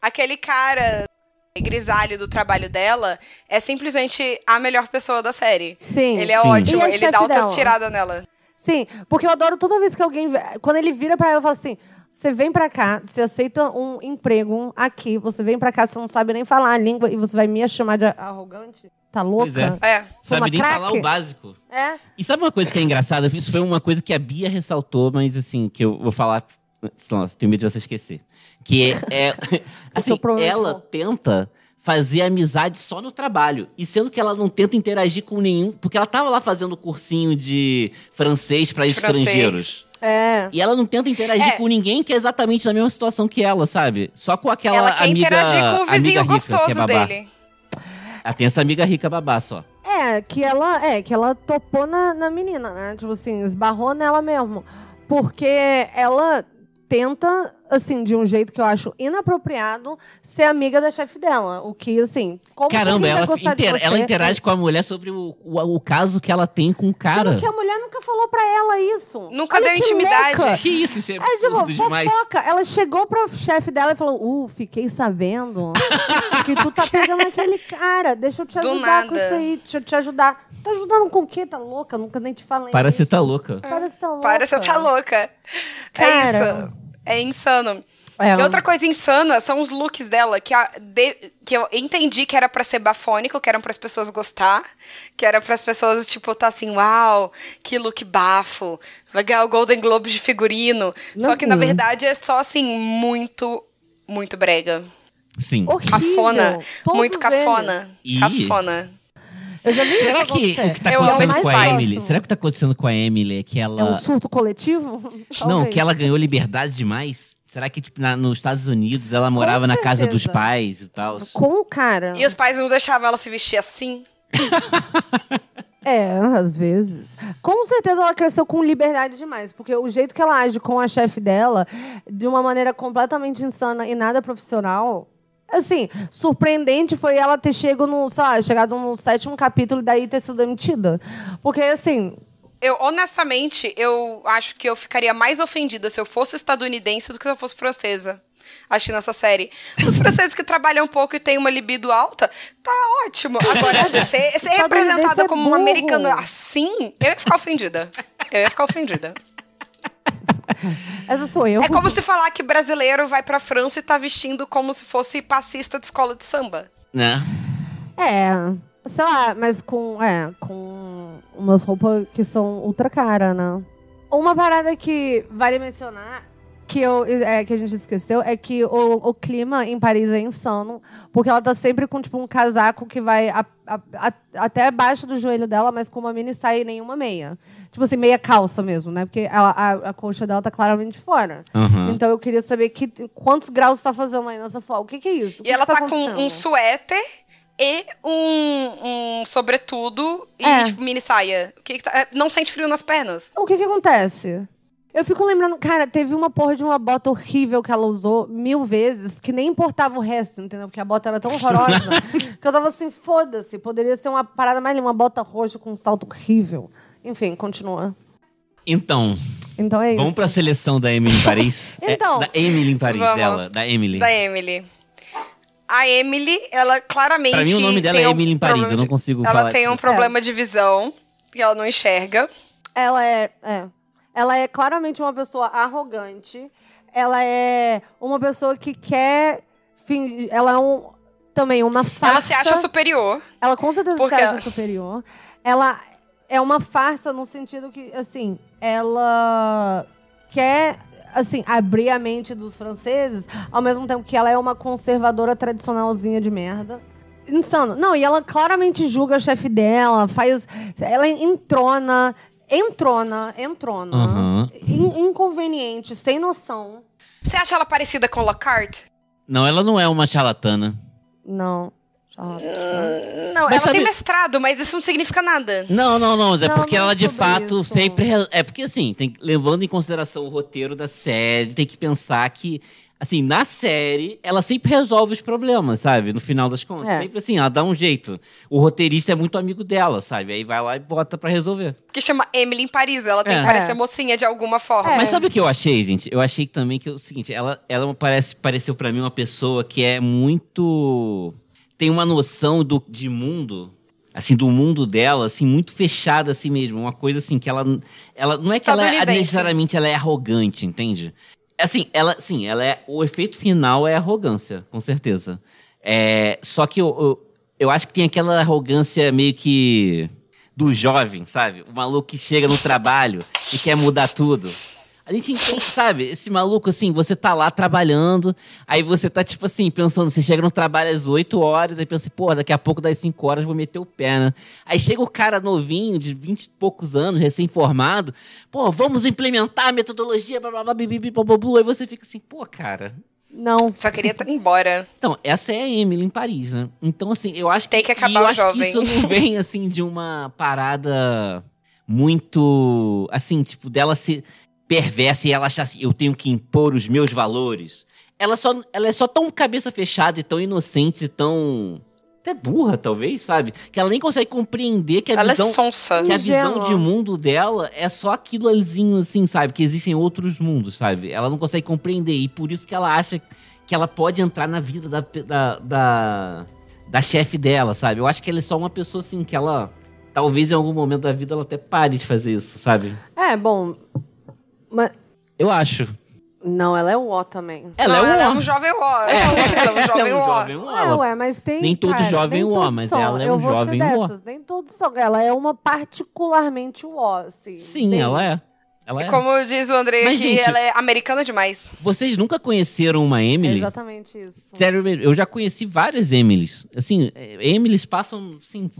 [SPEAKER 4] Aquele cara grisalho do trabalho dela é simplesmente a melhor pessoa da série.
[SPEAKER 1] Sim.
[SPEAKER 4] Ele é
[SPEAKER 3] Sim.
[SPEAKER 1] E
[SPEAKER 4] ótimo,
[SPEAKER 1] a
[SPEAKER 4] ele
[SPEAKER 1] chefe
[SPEAKER 4] dá altas
[SPEAKER 1] dela?
[SPEAKER 4] tiradas nela.
[SPEAKER 1] Sim, porque eu adoro toda vez que alguém. Quando ele vira pra ela e fala assim: você vem pra cá, você aceita um emprego aqui, você vem pra cá, você não sabe nem falar a língua e você vai me chamar de arrogante? Tá
[SPEAKER 3] Pois é.
[SPEAKER 1] louca?
[SPEAKER 4] É.
[SPEAKER 1] Fuma
[SPEAKER 3] Sabe nem falar
[SPEAKER 1] crack?
[SPEAKER 3] o básico.
[SPEAKER 1] É.
[SPEAKER 3] E sabe uma coisa que é engraçada? Isso foi uma coisa que a Bia ressaltou, mas assim, que eu vou falar. Sei lá, tenho medo de você esquecer. Que é. é assim,
[SPEAKER 1] eu provavelmente
[SPEAKER 3] ela
[SPEAKER 1] vou.
[SPEAKER 3] tenta fazer amizade só no trabalho. E sendo que ela não tenta interagir com nenhum. Porque ela tava lá fazendo cursinho de francês pra
[SPEAKER 4] Francês.
[SPEAKER 3] estrangeiros.
[SPEAKER 1] É.
[SPEAKER 3] E ela não tenta interagir
[SPEAKER 4] É.
[SPEAKER 3] com ninguém que é exatamente na mesma situação que ela, sabe? Só com aquela
[SPEAKER 4] Ela quer
[SPEAKER 3] amiga.
[SPEAKER 4] interagir com o
[SPEAKER 3] amiga
[SPEAKER 4] vizinho
[SPEAKER 3] rica, que é
[SPEAKER 4] gostoso
[SPEAKER 3] babá.
[SPEAKER 4] dele.
[SPEAKER 3] Ela tem essa amiga rica babá só.
[SPEAKER 1] É, que ela, é, que ela topou na, na menina, né? Tipo assim, esbarrou nela mesmo. Porque ela tenta, assim, de um jeito que eu acho inapropriado, ser amiga da chefe dela. O que, assim, como que
[SPEAKER 3] Caramba,
[SPEAKER 1] alguém vai
[SPEAKER 3] ela,
[SPEAKER 1] gostar de
[SPEAKER 3] inter-
[SPEAKER 1] você? né?
[SPEAKER 3] ela interage com a mulher sobre o, o, o caso que ela tem com o cara.
[SPEAKER 1] Sendo que a mulher nunca falou pra ela isso.
[SPEAKER 4] Nunca
[SPEAKER 1] Olha
[SPEAKER 4] deu
[SPEAKER 1] que
[SPEAKER 4] intimidade.
[SPEAKER 1] louca.
[SPEAKER 3] Que isso, isso é
[SPEAKER 1] É, tipo,
[SPEAKER 3] absurdo demais.
[SPEAKER 1] fofoca. Ela chegou pro chefe dela e falou: Uh, fiquei sabendo que tu tá pegando aquele cara. Deixa eu te
[SPEAKER 4] Do
[SPEAKER 1] ajudar com
[SPEAKER 4] nada.
[SPEAKER 1] isso aí. Deixa eu te ajudar. Tá ajudando com o quê? Tá louca? Nunca nem te falei.
[SPEAKER 3] Para
[SPEAKER 1] isso.
[SPEAKER 3] você tá louca.
[SPEAKER 1] Para você tá louca.
[SPEAKER 4] Para, você tá louca.
[SPEAKER 1] Cara.
[SPEAKER 4] É isso. É insano.
[SPEAKER 1] É,
[SPEAKER 4] E outra coisa insana são os looks dela, que, a- de- que eu entendi que era pra ser bafônico, que eram pras pessoas gostar, que era pras pessoas, tipo, tá assim, uau, que look bafo, vai ganhar o Golden Globe de figurino. Só que, na
[SPEAKER 1] Uhum.
[SPEAKER 4] verdade, é só, assim, muito, muito brega.
[SPEAKER 3] Sim.
[SPEAKER 1] horrível.
[SPEAKER 4] Cafona.
[SPEAKER 1] Todos
[SPEAKER 4] muito cafona.
[SPEAKER 1] eles.
[SPEAKER 3] Ih.
[SPEAKER 4] Cafona.
[SPEAKER 1] Eu já vi
[SPEAKER 3] Será
[SPEAKER 1] isso
[SPEAKER 3] que
[SPEAKER 1] acontecer.
[SPEAKER 3] o que tá
[SPEAKER 4] Eu amo
[SPEAKER 3] acontecendo
[SPEAKER 4] mais
[SPEAKER 3] com a
[SPEAKER 4] fácil.
[SPEAKER 3] Emily? Será que o que tá acontecendo com a Emily é que ela.
[SPEAKER 1] É um surto coletivo?
[SPEAKER 3] Não,
[SPEAKER 1] Talvez.
[SPEAKER 3] que ela ganhou liberdade demais? Será que, tipo, na- nos Estados Unidos ela morava na casa dos
[SPEAKER 1] certeza.
[SPEAKER 3] pais e tal?
[SPEAKER 1] Com o cara.
[SPEAKER 4] E os pais não deixavam ela se vestir assim.
[SPEAKER 1] É, às vezes. Com certeza ela cresceu com liberdade demais, porque o jeito que ela age com a chefe dela, de uma maneira completamente insana e nada profissional. Assim, surpreendente foi ela ter chego no, sei lá, chegado no sétimo capítulo e daí ter sido demitida. Porque, assim,
[SPEAKER 4] Eu, honestamente, eu acho que eu ficaria mais ofendida se eu fosse estadunidense do que se eu fosse francesa. Acho nessa série. Os franceses que trabalham um pouco e têm uma libido alta, tá ótimo. Agora, ser, ser
[SPEAKER 1] Estadunidense
[SPEAKER 4] representada
[SPEAKER 1] é
[SPEAKER 4] como
[SPEAKER 1] burro.
[SPEAKER 4] uma americana assim, eu ia ficar ofendida. Eu ia ficar ofendida.
[SPEAKER 1] essa sou eu.
[SPEAKER 4] É como se falar que brasileiro vai pra França e tá vestindo como se fosse passista de escola de samba.
[SPEAKER 3] Né?
[SPEAKER 1] É, sei lá, mas com, é, com umas roupas que são ultra cara, né? Uma parada que vale mencionar que, eu, é, que a gente esqueceu é que o, o clima em Paris é insano, porque ela tá sempre com tipo, um casaco que vai a- a- a- até abaixo do joelho dela, mas com uma mini saia e nenhuma meia. Tipo assim, meia calça mesmo, né? Porque ela- a, a coxa dela tá claramente fora.
[SPEAKER 4] Hum.
[SPEAKER 3] Aham.
[SPEAKER 1] Então eu queria saber que, quantos graus tá fazendo aí nessa foto. O que, que é isso? O que
[SPEAKER 4] E
[SPEAKER 1] que
[SPEAKER 4] ela
[SPEAKER 1] isso
[SPEAKER 4] tá, com um
[SPEAKER 1] acontecendo?
[SPEAKER 4] suéter e um, um sobretudo e
[SPEAKER 1] É.
[SPEAKER 4] tipo, mini saia. O que que tá- é, Não sente frio nas pernas.
[SPEAKER 1] O que que acontece? Eu fico lembrando, cara, teve uma porra de uma bota horrível que ela usou mil vezes, que nem importava o resto, entendeu? Porque a bota era tão horrorosa que eu tava assim, foda-se, poderia ser uma parada mais linda, uma bota roxa com um salto horrível. Enfim, continua.
[SPEAKER 3] Então,
[SPEAKER 1] Então é isso.
[SPEAKER 3] vamos pra seleção da Emily em Paris? É,
[SPEAKER 1] Então.
[SPEAKER 3] da Emily em Paris,
[SPEAKER 4] Vamos.
[SPEAKER 3] dela. Da Emily.
[SPEAKER 4] Da Emily. A Emily, ela claramente.
[SPEAKER 3] Pra mim, o nome dela
[SPEAKER 4] tem
[SPEAKER 3] é
[SPEAKER 4] um
[SPEAKER 3] Emily em Paris.
[SPEAKER 4] problema
[SPEAKER 3] Eu não
[SPEAKER 4] de-
[SPEAKER 3] consigo falar.
[SPEAKER 4] Ela tem um
[SPEAKER 3] isso.
[SPEAKER 4] problema de visão que ela não enxerga.
[SPEAKER 1] Ela é, é. Ela é claramente uma pessoa arrogante. Ela é uma pessoa que quer. fingir- Ela é um. Também uma farsa.
[SPEAKER 4] Ela se acha superior.
[SPEAKER 1] Ela com certeza
[SPEAKER 4] Porque
[SPEAKER 1] se
[SPEAKER 4] ela-
[SPEAKER 1] acha superior. Ela é uma farsa no sentido que, assim, ela quer, assim, abrir a mente dos franceses, ao mesmo tempo que ela é uma conservadora tradicionalzinha de merda. Insano. Não, e ela claramente julga o chefe dela, faz. Ela entrona, entrona, entrona.
[SPEAKER 3] Aham.
[SPEAKER 1] In- inconveniente, sem noção.
[SPEAKER 4] Você acha ela parecida com Lockhart?
[SPEAKER 3] Não, ela não é uma charlatana.
[SPEAKER 1] Não. Charlotte. né?
[SPEAKER 4] Não,
[SPEAKER 3] Mas
[SPEAKER 4] ela
[SPEAKER 3] sabe-
[SPEAKER 4] tem mestrado, mas isso não significa nada.
[SPEAKER 3] Não, não, não. É
[SPEAKER 1] Não,
[SPEAKER 3] porque
[SPEAKER 1] não
[SPEAKER 3] ela, de
[SPEAKER 1] sobre
[SPEAKER 3] fato,
[SPEAKER 1] isso.
[SPEAKER 3] sempre. É porque, assim, tem que- levando em consideração o roteiro da série, tem que pensar que, assim, na série, ela sempre resolve os problemas, sabe? No final das contas.
[SPEAKER 1] É.
[SPEAKER 3] Sempre assim, ela dá um jeito. O roteirista é muito amigo dela, sabe? Aí vai lá e bota pra resolver.
[SPEAKER 4] Que chama Emily em Paris. Ela tem
[SPEAKER 3] É.
[SPEAKER 4] que parecer
[SPEAKER 1] É.
[SPEAKER 4] mocinha de alguma forma.
[SPEAKER 1] É.
[SPEAKER 3] Mas sabe o que eu achei, gente? Eu achei também que é o seguinte, ela, ela parece, pareceu pra mim uma pessoa que é muito. tem uma noção do, de mundo. Assim, do mundo dela, assim, muito fechada assim mesmo. Uma coisa assim que ela. ela não é que ela é,
[SPEAKER 4] Estadunidense.
[SPEAKER 3] necessariamente ela é arrogante, entende? Assim, ela. Sim, ela é. O efeito final é arrogância, com certeza. É, só que eu, eu, eu acho que tem aquela arrogância meio que do jovem, sabe? O maluco que chega no trabalho e quer mudar tudo. A gente entende, sabe? Esse maluco, assim, você tá lá trabalhando, aí você tá, tipo assim, pensando, você chega no trabalho às 8 horas, aí pensa, pô, daqui a pouco das 5 horas eu vou meter o pé, né? Aí chega o cara novinho, de 20 e poucos anos, recém-formado, pô, vamos implementar a metodologia, blá, blá, blá, bibi, bibi, blá, blá, blá, aí você fica assim, pô, cara...
[SPEAKER 1] Não.
[SPEAKER 4] Só queria ir embora.
[SPEAKER 3] Então, essa é a Emily em Paris, né? Então, assim, eu acho
[SPEAKER 4] Tem que acabar
[SPEAKER 3] e eu
[SPEAKER 4] o
[SPEAKER 3] acho
[SPEAKER 4] jovem.
[SPEAKER 3] que isso não vem, assim, de uma parada muito. Assim, tipo, dela ser perversa e ela achar assim, eu tenho que impor os meus valores. Ela, só, ela é só tão cabeça fechada e tão inocente e tão. Até burra, talvez, sabe? Que ela nem consegue compreender que a
[SPEAKER 4] Ela é
[SPEAKER 3] visão.
[SPEAKER 4] sonsa.
[SPEAKER 3] Que a visão
[SPEAKER 1] Ingênua.
[SPEAKER 3] de mundo dela é só aquilo alizinho, assim, sabe? Que existem outros mundos, sabe? Ela não consegue compreender. E por isso que ela acha que ela pode entrar na vida da, pe- da, da, da chefe dela, sabe? Eu acho que ela é só uma pessoa, assim, que ela. Talvez em algum momento da vida ela até pare de fazer isso, sabe?
[SPEAKER 1] É, bom. Mas.
[SPEAKER 3] Eu acho.
[SPEAKER 1] Não, ela é o O também.
[SPEAKER 3] Ela
[SPEAKER 4] Não,
[SPEAKER 3] é um
[SPEAKER 4] ela é
[SPEAKER 3] homem.
[SPEAKER 4] um jovem ó. Ela é um jovem
[SPEAKER 3] Ela é um
[SPEAKER 4] ó.
[SPEAKER 3] jovem
[SPEAKER 1] É,
[SPEAKER 3] ó.
[SPEAKER 1] ué, mas tem.
[SPEAKER 3] Nem todo
[SPEAKER 1] cara, nem
[SPEAKER 3] jovem o ó,
[SPEAKER 1] todos
[SPEAKER 3] mas
[SPEAKER 1] são.
[SPEAKER 3] ela é
[SPEAKER 1] Eu
[SPEAKER 3] um
[SPEAKER 1] vou ser
[SPEAKER 3] jovem o ó.
[SPEAKER 1] dessas, Nem todos são. Ela é uma particularmente o ó, assim.
[SPEAKER 3] Sim,
[SPEAKER 1] Bem-
[SPEAKER 3] ela é. Ela é.
[SPEAKER 4] Como diz o André
[SPEAKER 3] Mas,
[SPEAKER 4] aqui,
[SPEAKER 3] gente-
[SPEAKER 4] ela é americana demais.
[SPEAKER 3] Vocês nunca conheceram uma
[SPEAKER 1] É
[SPEAKER 3] Emily? é
[SPEAKER 1] exatamente isso.
[SPEAKER 3] Sério mesmo, eu já conheci várias Emilys. Assim, eh, Emilys passam, assim,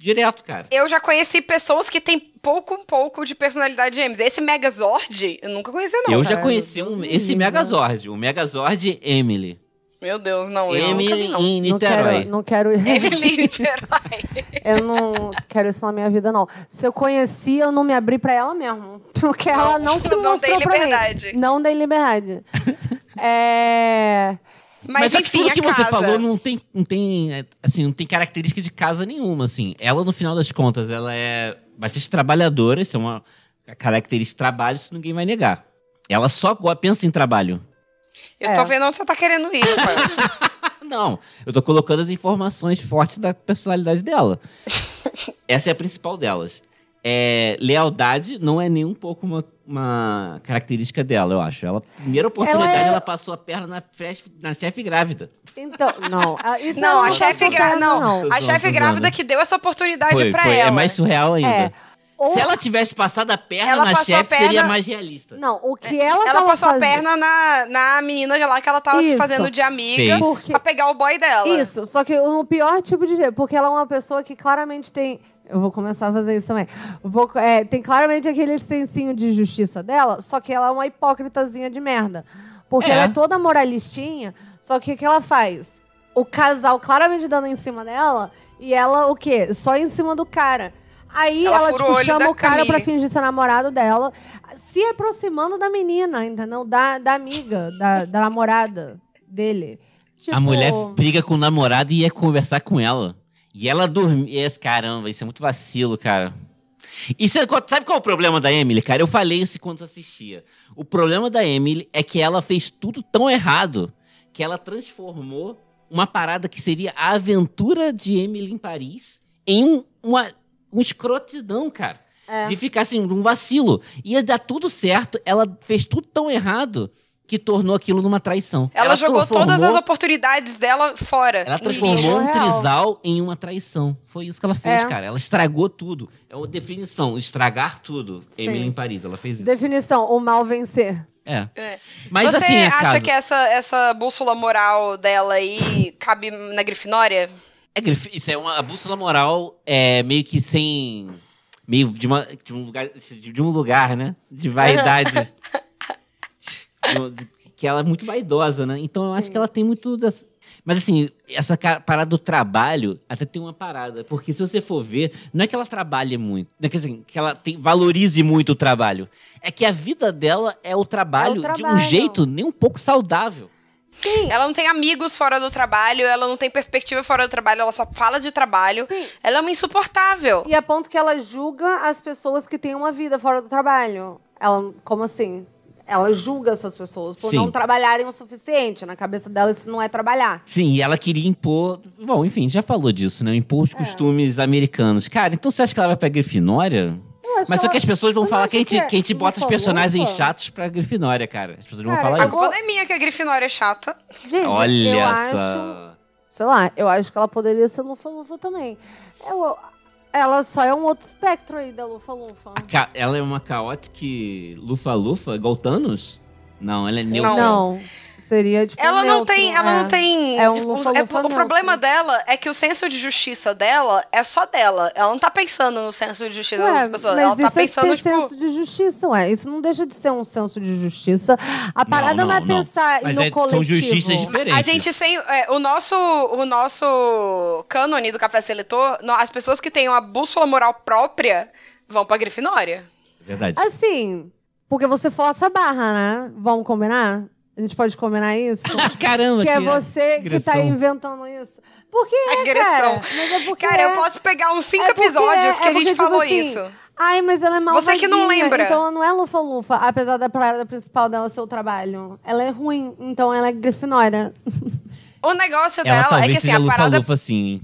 [SPEAKER 3] direto, cara.
[SPEAKER 4] Eu já conheci pessoas que têm pouco, um pouco de personalidade James. Esse Megazord, eu nunca conheci, não.
[SPEAKER 3] eu
[SPEAKER 4] cara.
[SPEAKER 3] já conheci
[SPEAKER 1] Deus
[SPEAKER 3] um,
[SPEAKER 1] me
[SPEAKER 3] esse
[SPEAKER 1] livre,
[SPEAKER 4] né?
[SPEAKER 3] Megazord, o Megazord Emily.
[SPEAKER 4] Meu Deus, não. Eu nunca vi,
[SPEAKER 3] Emily
[SPEAKER 4] não.
[SPEAKER 3] em
[SPEAKER 1] Não quero,
[SPEAKER 3] Niterói.
[SPEAKER 1] não quero.
[SPEAKER 4] Emily Niterói.
[SPEAKER 1] eu não quero isso na minha vida, não. Se eu conheci, eu não me abri pra ela mesmo. Porque ela não se
[SPEAKER 4] não dei
[SPEAKER 1] mostrou pra
[SPEAKER 4] liberdade.
[SPEAKER 1] mim. Não dei liberdade. é.
[SPEAKER 4] Mas,
[SPEAKER 3] é que
[SPEAKER 4] enfim,
[SPEAKER 3] tudo
[SPEAKER 4] a
[SPEAKER 3] que
[SPEAKER 4] casa.
[SPEAKER 3] você falou não tem, não tem, eh, assim, não tem característica de casa nenhuma, assim. Ela, no final das contas, ela é bastante trabalhadora, isso é uma característica de trabalho, isso ninguém vai negar. Ela só go- pensa em trabalho.
[SPEAKER 4] Eu tô
[SPEAKER 1] É.
[SPEAKER 4] vendo onde você tá querendo ir, cara.
[SPEAKER 3] Não, eu tô colocando as informações fortes da personalidade dela. Essa é a principal delas. É, lealdade não é nem um pouco uma, uma característica dela, eu acho. Ela, primeira oportunidade,
[SPEAKER 1] Ela
[SPEAKER 3] ela,
[SPEAKER 1] é-
[SPEAKER 3] passou a perna na, fre- na chefe grávida.
[SPEAKER 1] Então, não. ah, Isso
[SPEAKER 4] Não,
[SPEAKER 1] ela
[SPEAKER 4] a
[SPEAKER 1] tá
[SPEAKER 4] chefe
[SPEAKER 1] soltando,
[SPEAKER 4] grávida. Não,
[SPEAKER 3] não.
[SPEAKER 4] a
[SPEAKER 3] Tô
[SPEAKER 4] chefe
[SPEAKER 3] zoando, tô
[SPEAKER 4] grávida
[SPEAKER 3] zoando.
[SPEAKER 4] que deu essa oportunidade
[SPEAKER 3] Foi,
[SPEAKER 4] pra
[SPEAKER 3] foi.
[SPEAKER 4] ela.
[SPEAKER 3] É mais surreal ainda.
[SPEAKER 1] É. Ou-
[SPEAKER 3] Se ela tivesse passado a perna
[SPEAKER 4] Ela
[SPEAKER 3] na
[SPEAKER 4] passou
[SPEAKER 3] chefe,
[SPEAKER 4] a perna-
[SPEAKER 3] seria mais realista.
[SPEAKER 1] Não, o que ela
[SPEAKER 4] É, Ela
[SPEAKER 1] tava
[SPEAKER 4] passou a
[SPEAKER 1] fazendo-
[SPEAKER 4] perna na, na menina lá que ela tava
[SPEAKER 1] Isso.
[SPEAKER 4] se fazendo de amiga
[SPEAKER 3] Fez.
[SPEAKER 1] Porque-
[SPEAKER 4] pra pegar o boy dela.
[SPEAKER 1] Isso, só que no pior tipo de jeito, porque ela é uma pessoa que claramente tem. Eu vou começar a fazer isso também. Vou, é, tem claramente aquele sensinho de justiça dela, só que ela é uma hipócritazinha de merda. Porque
[SPEAKER 3] É.
[SPEAKER 1] ela é toda moralistinha, só que o que ela faz? O casal claramente dando em cima dela, e ela o quê? Só em cima do cara. Aí
[SPEAKER 4] Ela
[SPEAKER 1] ela,
[SPEAKER 4] furou o
[SPEAKER 1] tipo,
[SPEAKER 4] olho
[SPEAKER 1] chama
[SPEAKER 4] da
[SPEAKER 1] o cara pra
[SPEAKER 4] Camille.
[SPEAKER 1] fingir ser namorado dela, se aproximando da menina, entendeu? Da, da amiga, da, da namorada dele. Tipo,
[SPEAKER 3] A mulher briga com o namorado e ia conversar com ela. E ela dormia. Caramba, isso é muito vacilo, cara. E sabe qual sabe qual é o problema da Emily, cara? Eu falei isso enquanto assistia. O problema da Emily é que ela fez tudo tão errado que ela transformou uma parada que seria a aventura de Emily em Paris em uma, um escrotidão, cara.
[SPEAKER 1] É.
[SPEAKER 3] De ficar assim, um vacilo. Ia dar tudo certo, ela fez tudo tão errado que tornou aquilo numa traição.
[SPEAKER 4] Ela, jogou todas as
[SPEAKER 3] transformou-
[SPEAKER 4] oportunidades dela fora. Uhum.
[SPEAKER 3] ela
[SPEAKER 4] em lixo.
[SPEAKER 3] transformou um
[SPEAKER 1] Real.
[SPEAKER 3] trisal em uma traição. Foi isso que ela fez,
[SPEAKER 1] É.
[SPEAKER 3] cara. Ela estragou tudo. É uma definição, estragar tudo.
[SPEAKER 1] Sim.
[SPEAKER 3] Emily em Paris, ela fez isso.
[SPEAKER 1] Definição, o mal vencer.
[SPEAKER 3] É.
[SPEAKER 4] É.
[SPEAKER 3] Mas
[SPEAKER 4] Você
[SPEAKER 3] assim, é
[SPEAKER 4] acha
[SPEAKER 3] caso.
[SPEAKER 4] que essa, essa bússola moral dela aí cabe na Grifinória?
[SPEAKER 3] É grif- isso é uma a bússola moral, é meio que sem... Meio de, uma- de um, lugar, de um lugar, né? De vaidade. De um- de- que ela é muito vaidosa, né? Então eu acho que ela tem muito... dessa- Mas assim, essa ca- parada do trabalho até tem uma parada. Porque se você for ver, não é que ela trabalhe muito. Não é que, assim, que ela tem- valorize muito o trabalho. É que a vida dela é o trabalho, de um
[SPEAKER 1] trabalho.
[SPEAKER 3] jeito nem um pouco saudável.
[SPEAKER 1] Sim,
[SPEAKER 4] Ela não tem amigos fora do trabalho, ela não tem perspectiva fora do trabalho, ela só fala de trabalho.
[SPEAKER 1] sim.
[SPEAKER 4] Ela é uma insuportável.
[SPEAKER 1] E a ponto que ela julga as pessoas que têm uma vida fora do trabalho. Ela, como assim? Ela julga essas pessoas por
[SPEAKER 3] Sim.
[SPEAKER 1] não trabalharem o suficiente. Na cabeça dela, isso não é trabalhar.
[SPEAKER 3] Sim, e ela queria impor. Bom, enfim, já falou disso, né?
[SPEAKER 1] É.
[SPEAKER 3] Impor os costumes americanos. Cara, então você acha que ela vai pra Grifinória?
[SPEAKER 1] Eu acho
[SPEAKER 3] Mas só que
[SPEAKER 1] ela-
[SPEAKER 3] as pessoas vão
[SPEAKER 1] Você não
[SPEAKER 3] falar
[SPEAKER 1] acha
[SPEAKER 3] que a gente,
[SPEAKER 1] que é
[SPEAKER 3] que a gente bota os personagens
[SPEAKER 1] maluca?
[SPEAKER 3] chatos pra Grifinória, cara. As pessoas
[SPEAKER 1] Cara,
[SPEAKER 3] vão
[SPEAKER 4] A
[SPEAKER 3] falar isso.
[SPEAKER 4] culpa é minha que a Grifinória é chata.
[SPEAKER 1] Gente,
[SPEAKER 3] Olha
[SPEAKER 1] eu acho...
[SPEAKER 3] essa.
[SPEAKER 1] Sei lá, eu acho que ela poderia ser Lufa-Lufa também. Eu- ela só é um outro espectro aí da Lufa-Lufa.
[SPEAKER 3] A ca- Ela é uma caótica lufa-lufa, igual Thanos? Não, ela é neutra.
[SPEAKER 1] Não, seria tipo
[SPEAKER 4] Ela não
[SPEAKER 1] neutro,
[SPEAKER 4] tem, ela
[SPEAKER 1] é.
[SPEAKER 4] não tem.
[SPEAKER 1] É um
[SPEAKER 4] o-
[SPEAKER 1] lufa-lufa
[SPEAKER 4] é- o
[SPEAKER 1] neutro.
[SPEAKER 4] problema dela é que o senso de justiça dela é só dela. Ela não tá pensando no senso de justiça
[SPEAKER 1] Ué,
[SPEAKER 4] das pessoas.
[SPEAKER 1] É, Mas
[SPEAKER 4] Ela tá
[SPEAKER 1] isso é
[SPEAKER 4] pensando,
[SPEAKER 1] ter
[SPEAKER 4] tipo.
[SPEAKER 1] senso de justiça, ué. Isso não deixa de ser um senso de justiça. A parada não,
[SPEAKER 3] não,
[SPEAKER 1] é
[SPEAKER 3] não.
[SPEAKER 1] pensar
[SPEAKER 3] Mas
[SPEAKER 1] no
[SPEAKER 3] é- são
[SPEAKER 1] coletivo.
[SPEAKER 3] justiças diferentes.
[SPEAKER 4] A gente sem. é, o nosso o nosso cânone do café seletor, no- as pessoas que têm uma bússola moral própria vão pra Grifinória.
[SPEAKER 3] É Verdade.
[SPEAKER 1] Assim, porque você força a barra, né? Vamos combinar? A gente pode combinar isso?
[SPEAKER 3] Caramba,
[SPEAKER 1] que é você que tá
[SPEAKER 3] agressão.
[SPEAKER 1] inventando isso. Porque é,
[SPEAKER 4] Agressão.
[SPEAKER 1] cara. Mas é porque
[SPEAKER 4] Cara,
[SPEAKER 1] é.
[SPEAKER 4] eu posso pegar uns cinco
[SPEAKER 1] é porque
[SPEAKER 4] episódios
[SPEAKER 1] é-
[SPEAKER 4] que
[SPEAKER 1] é
[SPEAKER 4] a gente
[SPEAKER 1] porque, tipo
[SPEAKER 4] falou
[SPEAKER 1] assim,
[SPEAKER 4] isso.
[SPEAKER 1] Ai, mas ela é malvadinha.
[SPEAKER 4] Você que não lembra.
[SPEAKER 1] Então ela não é lufa-lufa, apesar da parada principal dela ser o trabalho. Ela é ruim, então ela é grifinória.
[SPEAKER 4] O negócio
[SPEAKER 3] Ela
[SPEAKER 4] dela é
[SPEAKER 3] talvez
[SPEAKER 4] que assim,
[SPEAKER 3] seja
[SPEAKER 4] a parada,
[SPEAKER 3] lufa-lufa, sim.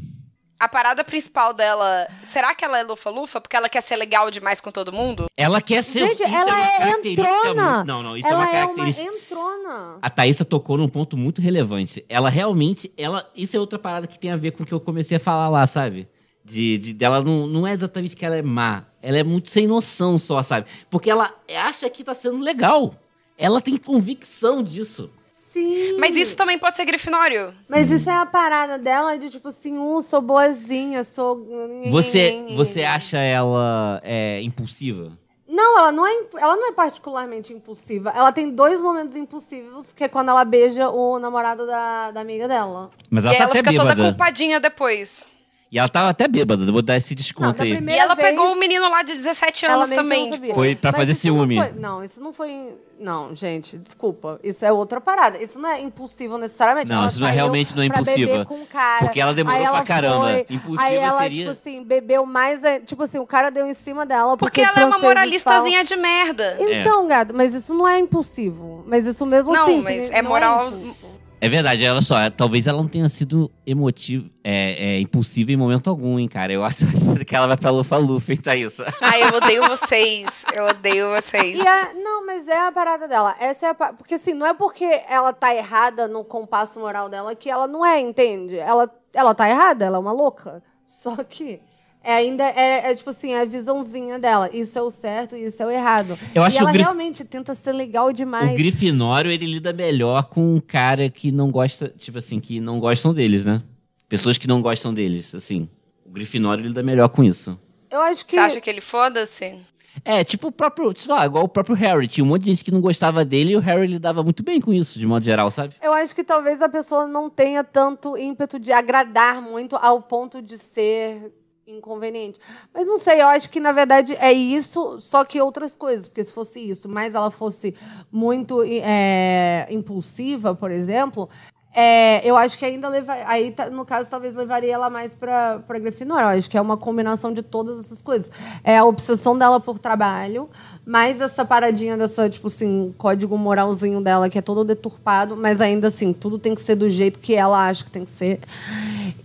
[SPEAKER 4] a parada principal dela. Será que ela é lufa-lufa? Porque ela quer ser legal demais com todo mundo?
[SPEAKER 3] Ela quer ser.
[SPEAKER 1] Gente,
[SPEAKER 3] isso
[SPEAKER 1] ela
[SPEAKER 3] uma
[SPEAKER 1] é
[SPEAKER 3] característica
[SPEAKER 1] entrona.
[SPEAKER 3] muito- Não, não, isso é
[SPEAKER 1] ela
[SPEAKER 3] uma característica. Ah.
[SPEAKER 1] entrona.
[SPEAKER 3] A Thaísa tocou num ponto muito relevante. Ela realmente, ela, isso é outra parada que tem a ver com o que eu comecei a falar lá, sabe? De, de- dela não, não é exatamente que ela é má. Ela é muito sem noção só, sabe? Porque ela acha que tá sendo legal. Ela tem convicção disso.
[SPEAKER 1] Sim.
[SPEAKER 4] Mas isso também pode ser Grifinório.
[SPEAKER 1] Mas isso é a parada dela de tipo assim, uh, sou boazinha, sou.
[SPEAKER 3] Você, você acha ela é, impulsiva?
[SPEAKER 1] Não, ela não, é, imp- ela não é particularmente impulsiva. Ela tem dois momentos impulsivos, que é quando ela beija o namorado da, da amiga dela.
[SPEAKER 3] Mas
[SPEAKER 4] e
[SPEAKER 3] ela
[SPEAKER 4] aí
[SPEAKER 3] tá
[SPEAKER 4] ela
[SPEAKER 3] até
[SPEAKER 4] fica
[SPEAKER 3] bêbada.
[SPEAKER 4] toda culpadinha depois.
[SPEAKER 3] E ela tava até bêbada. Vou dar esse
[SPEAKER 1] Não,
[SPEAKER 3] desconto
[SPEAKER 1] da
[SPEAKER 3] aí.
[SPEAKER 1] primeira
[SPEAKER 4] E ela
[SPEAKER 1] vez,
[SPEAKER 4] pegou um menino lá de 17
[SPEAKER 1] ela
[SPEAKER 4] anos
[SPEAKER 1] meio que
[SPEAKER 4] também.
[SPEAKER 1] não sabia.
[SPEAKER 3] Foi pra
[SPEAKER 1] tipo, Mas
[SPEAKER 3] fazer
[SPEAKER 1] isso não
[SPEAKER 3] ciúme.
[SPEAKER 1] foi- Não, isso não foi. Não, gente, desculpa. Isso é outra parada. Isso não é impulsivo necessariamente.
[SPEAKER 3] Não,
[SPEAKER 1] Ela
[SPEAKER 3] isso não é
[SPEAKER 1] saiu
[SPEAKER 3] realmente não é
[SPEAKER 1] pra beber
[SPEAKER 3] impulsiva.
[SPEAKER 1] com o cara.
[SPEAKER 3] Porque ela demorou
[SPEAKER 1] Aí
[SPEAKER 3] pra
[SPEAKER 1] ela
[SPEAKER 3] caramba.
[SPEAKER 1] foi,
[SPEAKER 3] Impulsiva
[SPEAKER 1] Aí ela,
[SPEAKER 3] seria-
[SPEAKER 1] tipo assim, bebeu mais. é, Tipo assim, o cara deu em cima dela. Porque,
[SPEAKER 4] Porque ela é uma
[SPEAKER 1] os franceses
[SPEAKER 4] moralistazinha de merda.
[SPEAKER 3] É.
[SPEAKER 1] falam- Então, gato, mas isso não é impulsivo. Mas isso mesmo
[SPEAKER 4] Não,
[SPEAKER 1] assim.
[SPEAKER 4] mas
[SPEAKER 1] sim,
[SPEAKER 4] é
[SPEAKER 1] não
[SPEAKER 4] moral-
[SPEAKER 1] impulso.
[SPEAKER 3] É verdade, olha só, talvez ela não tenha sido emotiva, é, é, impulsiva em momento algum, hein, cara. Eu acho que ela vai pra Lufa-Lufa, hein, Thaís?
[SPEAKER 4] Ai, eu odeio vocês. Eu odeio vocês.
[SPEAKER 1] E a- não, mas é a parada dela. Essa é a pa- Porque assim, não é porque ela tá errada no compasso moral dela que ela não é, entende? Ela, ela tá errada, ela é uma louca. Só que É, ainda é, é, tipo assim, a visãozinha dela. Isso é o certo, isso é o errado.
[SPEAKER 3] Eu
[SPEAKER 1] e
[SPEAKER 3] acho que o
[SPEAKER 1] ela
[SPEAKER 3] Grif-
[SPEAKER 1] realmente tenta ser legal demais.
[SPEAKER 3] O Grifinório, ele lida melhor com um cara que não gosta, tipo assim, que não gostam deles, né? Pessoas que não gostam deles, assim. O Grifinório lida melhor com isso.
[SPEAKER 1] Eu acho que.
[SPEAKER 4] Você acha que ele foda-se?
[SPEAKER 3] É, tipo o próprio, sei lá, igual o próprio Harry. Tinha um monte de gente que não gostava dele e o Harry lidava muito bem com isso, de modo geral, sabe?
[SPEAKER 1] Eu acho que talvez a pessoa não tenha tanto ímpeto de agradar muito ao ponto de ser inconveniente. Mas não sei, eu acho que na verdade é isso, só que outras coisas. Porque se fosse isso, mas ela fosse muito i- é, impulsiva, por exemplo, é, eu acho que ainda leva, aí tá- no caso talvez levaria ela mais para para Grifinória. Eu acho que é uma combinação de todas essas coisas. É a obsessão dela por trabalho, mais essa paradinha dessa tipo assim código moralzinho dela que é todo deturpado, mas ainda assim tudo tem que ser do jeito que ela acha que tem que ser.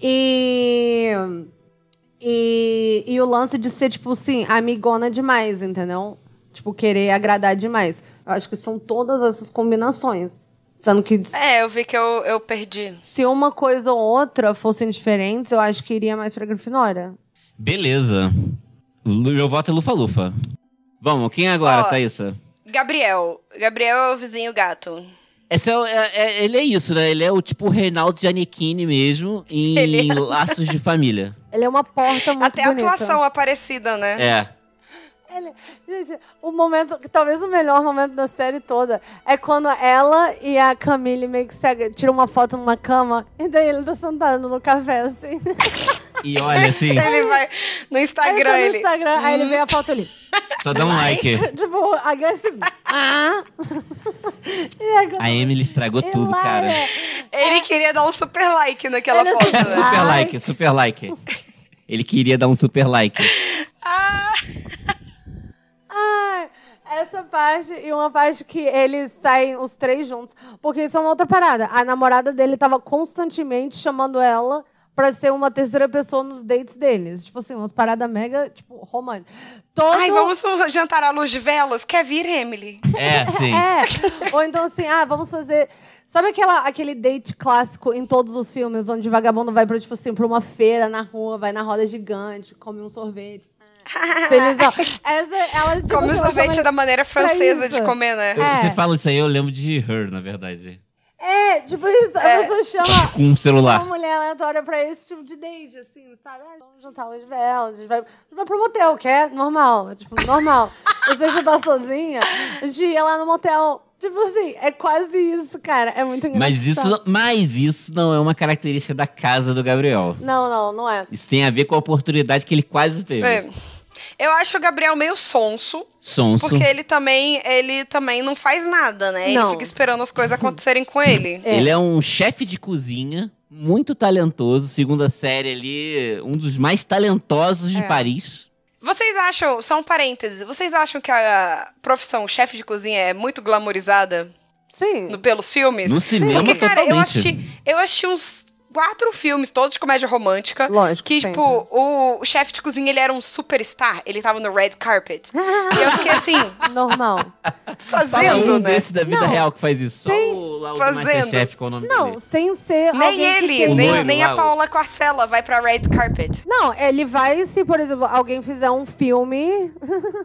[SPEAKER 1] E e, e o lance de ser, tipo assim, amigona demais, entendeu? Tipo, querer agradar demais. Eu acho que são todas essas combinações. Sendo que
[SPEAKER 4] É, eu vi que eu, eu perdi.
[SPEAKER 1] se uma coisa ou outra fossem diferentes, eu acho que iria mais pra Grifinória.
[SPEAKER 3] Beleza. Lu- Meu voto é Lufa-Lufa. Vamos, quem é
[SPEAKER 4] Ó.
[SPEAKER 3] agora, Thaísa?
[SPEAKER 4] Gabriel. Gabriel é o vizinho gato.
[SPEAKER 3] Esse é, o- é- é- ele é isso, né? Ele é o tipo Reinaldo Giannichini mesmo em
[SPEAKER 4] Ele é.
[SPEAKER 3] Laços de Família.
[SPEAKER 1] Ele é uma porta muito
[SPEAKER 4] Até a
[SPEAKER 1] bonita.
[SPEAKER 4] atuação aparecida, né?
[SPEAKER 3] É.
[SPEAKER 1] Ele- gente, o momento, talvez o melhor momento da série toda, é quando ela e a Camille meio que se aga- tiram uma foto numa cama, e daí ele tá sentado no café, assim.
[SPEAKER 3] E olha, assim,
[SPEAKER 4] Ele vai no
[SPEAKER 1] Aí ele
[SPEAKER 4] Instagram,
[SPEAKER 1] tá no
[SPEAKER 4] ele. Hum.
[SPEAKER 1] Instagram, aí ele vê a foto ali.
[SPEAKER 3] só dá um like.
[SPEAKER 1] tipo, agressivo. Ah! e agora,
[SPEAKER 3] A Emily estragou
[SPEAKER 4] É
[SPEAKER 3] tudo, cara.
[SPEAKER 1] Hilária.
[SPEAKER 4] Ele queria dar um super like naquela
[SPEAKER 1] É. Ele
[SPEAKER 4] foto,
[SPEAKER 1] assim,
[SPEAKER 4] né?
[SPEAKER 1] ah.
[SPEAKER 3] Super like, super like. Ele queria dar um super like.
[SPEAKER 1] Ai, Ah, essa parte e uma parte que eles saem os três juntos. Porque isso é uma outra parada. A namorada dele tava constantemente chamando ela pra ser uma terceira pessoa nos dates deles. Tipo assim, umas paradas mega, tipo, românticas. Todo...
[SPEAKER 4] Ai, vamos um jantar à luz de velas? Quer vir, Emily?
[SPEAKER 3] É, sim.
[SPEAKER 1] É. Ou então assim, ah, vamos fazer. Sabe aquela, aquele date clássico em todos os filmes, onde o vagabundo vai pra, tipo assim, pra uma feira na rua, vai na roda gigante, come um sorvete. Felizão. Essa, ela, tipo,
[SPEAKER 4] Come o
[SPEAKER 1] assim, ela
[SPEAKER 4] sorvete
[SPEAKER 1] chama-
[SPEAKER 4] da maneira francesa de
[SPEAKER 1] isso.
[SPEAKER 4] comer, né?
[SPEAKER 3] Eu-
[SPEAKER 1] É.
[SPEAKER 3] Você fala isso aí, eu lembro de Her, na verdade.
[SPEAKER 1] É, tipo isso. A
[SPEAKER 4] É.
[SPEAKER 1] pessoa chama
[SPEAKER 3] Com um
[SPEAKER 1] uma
[SPEAKER 3] celular.
[SPEAKER 1] mulher aleatória pra esse tipo de date, assim, sabe? Ah, vamos jantar luz de velas, a gente vai, a gente vai pro motel, quer? Normal. é, Tipo, normal. Você já tá sozinha, a gente ia lá no motel. Tipo assim, é quase isso, cara. É muito engraçado.
[SPEAKER 3] Mas isso, não- mas isso não é uma característica da casa do Gabriel.
[SPEAKER 1] Não, não, não é.
[SPEAKER 3] Isso tem a ver com a oportunidade que ele quase teve.
[SPEAKER 4] É. Eu acho o Gabriel meio sonso,
[SPEAKER 3] Sonso.
[SPEAKER 4] porque ele também, ele também não faz nada, né?
[SPEAKER 1] Não.
[SPEAKER 4] Ele fica esperando as coisas acontecerem com ele.
[SPEAKER 1] É.
[SPEAKER 3] Ele é um chefe de cozinha, muito talentoso. Segunda série ali, um dos mais talentosos de
[SPEAKER 1] É.
[SPEAKER 3] Paris.
[SPEAKER 4] Vocês acham, só um parêntese, vocês acham que a profissão chefe de cozinha é muito glamorizada
[SPEAKER 1] Sim.
[SPEAKER 4] no- pelos filmes?
[SPEAKER 3] No cinema,
[SPEAKER 4] Porque, cara, eu
[SPEAKER 3] totalmente.
[SPEAKER 4] assisti, eu assisti uns quatro filmes, todos de comédia romântica.
[SPEAKER 1] Lógico.
[SPEAKER 4] é? Que,
[SPEAKER 1] sempre.
[SPEAKER 4] tipo, o, o chefe de cozinha, ele era um superstar. Ele tava no red carpet. e eu fiquei assim,
[SPEAKER 1] Normal.
[SPEAKER 3] Fala
[SPEAKER 4] fazendo,
[SPEAKER 3] um
[SPEAKER 4] né?
[SPEAKER 3] desse da vida
[SPEAKER 1] Não.
[SPEAKER 3] real que faz
[SPEAKER 1] Sim.
[SPEAKER 3] isso. Só o, lá, o do
[SPEAKER 4] Fazendo.
[SPEAKER 3] Masterchef, qual é o nome
[SPEAKER 1] Não,
[SPEAKER 3] dele?
[SPEAKER 1] sem ser.
[SPEAKER 4] Nem
[SPEAKER 1] alguém que
[SPEAKER 4] ele,
[SPEAKER 1] tem-
[SPEAKER 3] O
[SPEAKER 4] nem,
[SPEAKER 3] loiro
[SPEAKER 4] nem
[SPEAKER 3] lá,
[SPEAKER 4] a
[SPEAKER 3] o-
[SPEAKER 4] Paula Quarcela vai pra red carpet.
[SPEAKER 1] Não, ele vai se, por exemplo, alguém fizer um filme.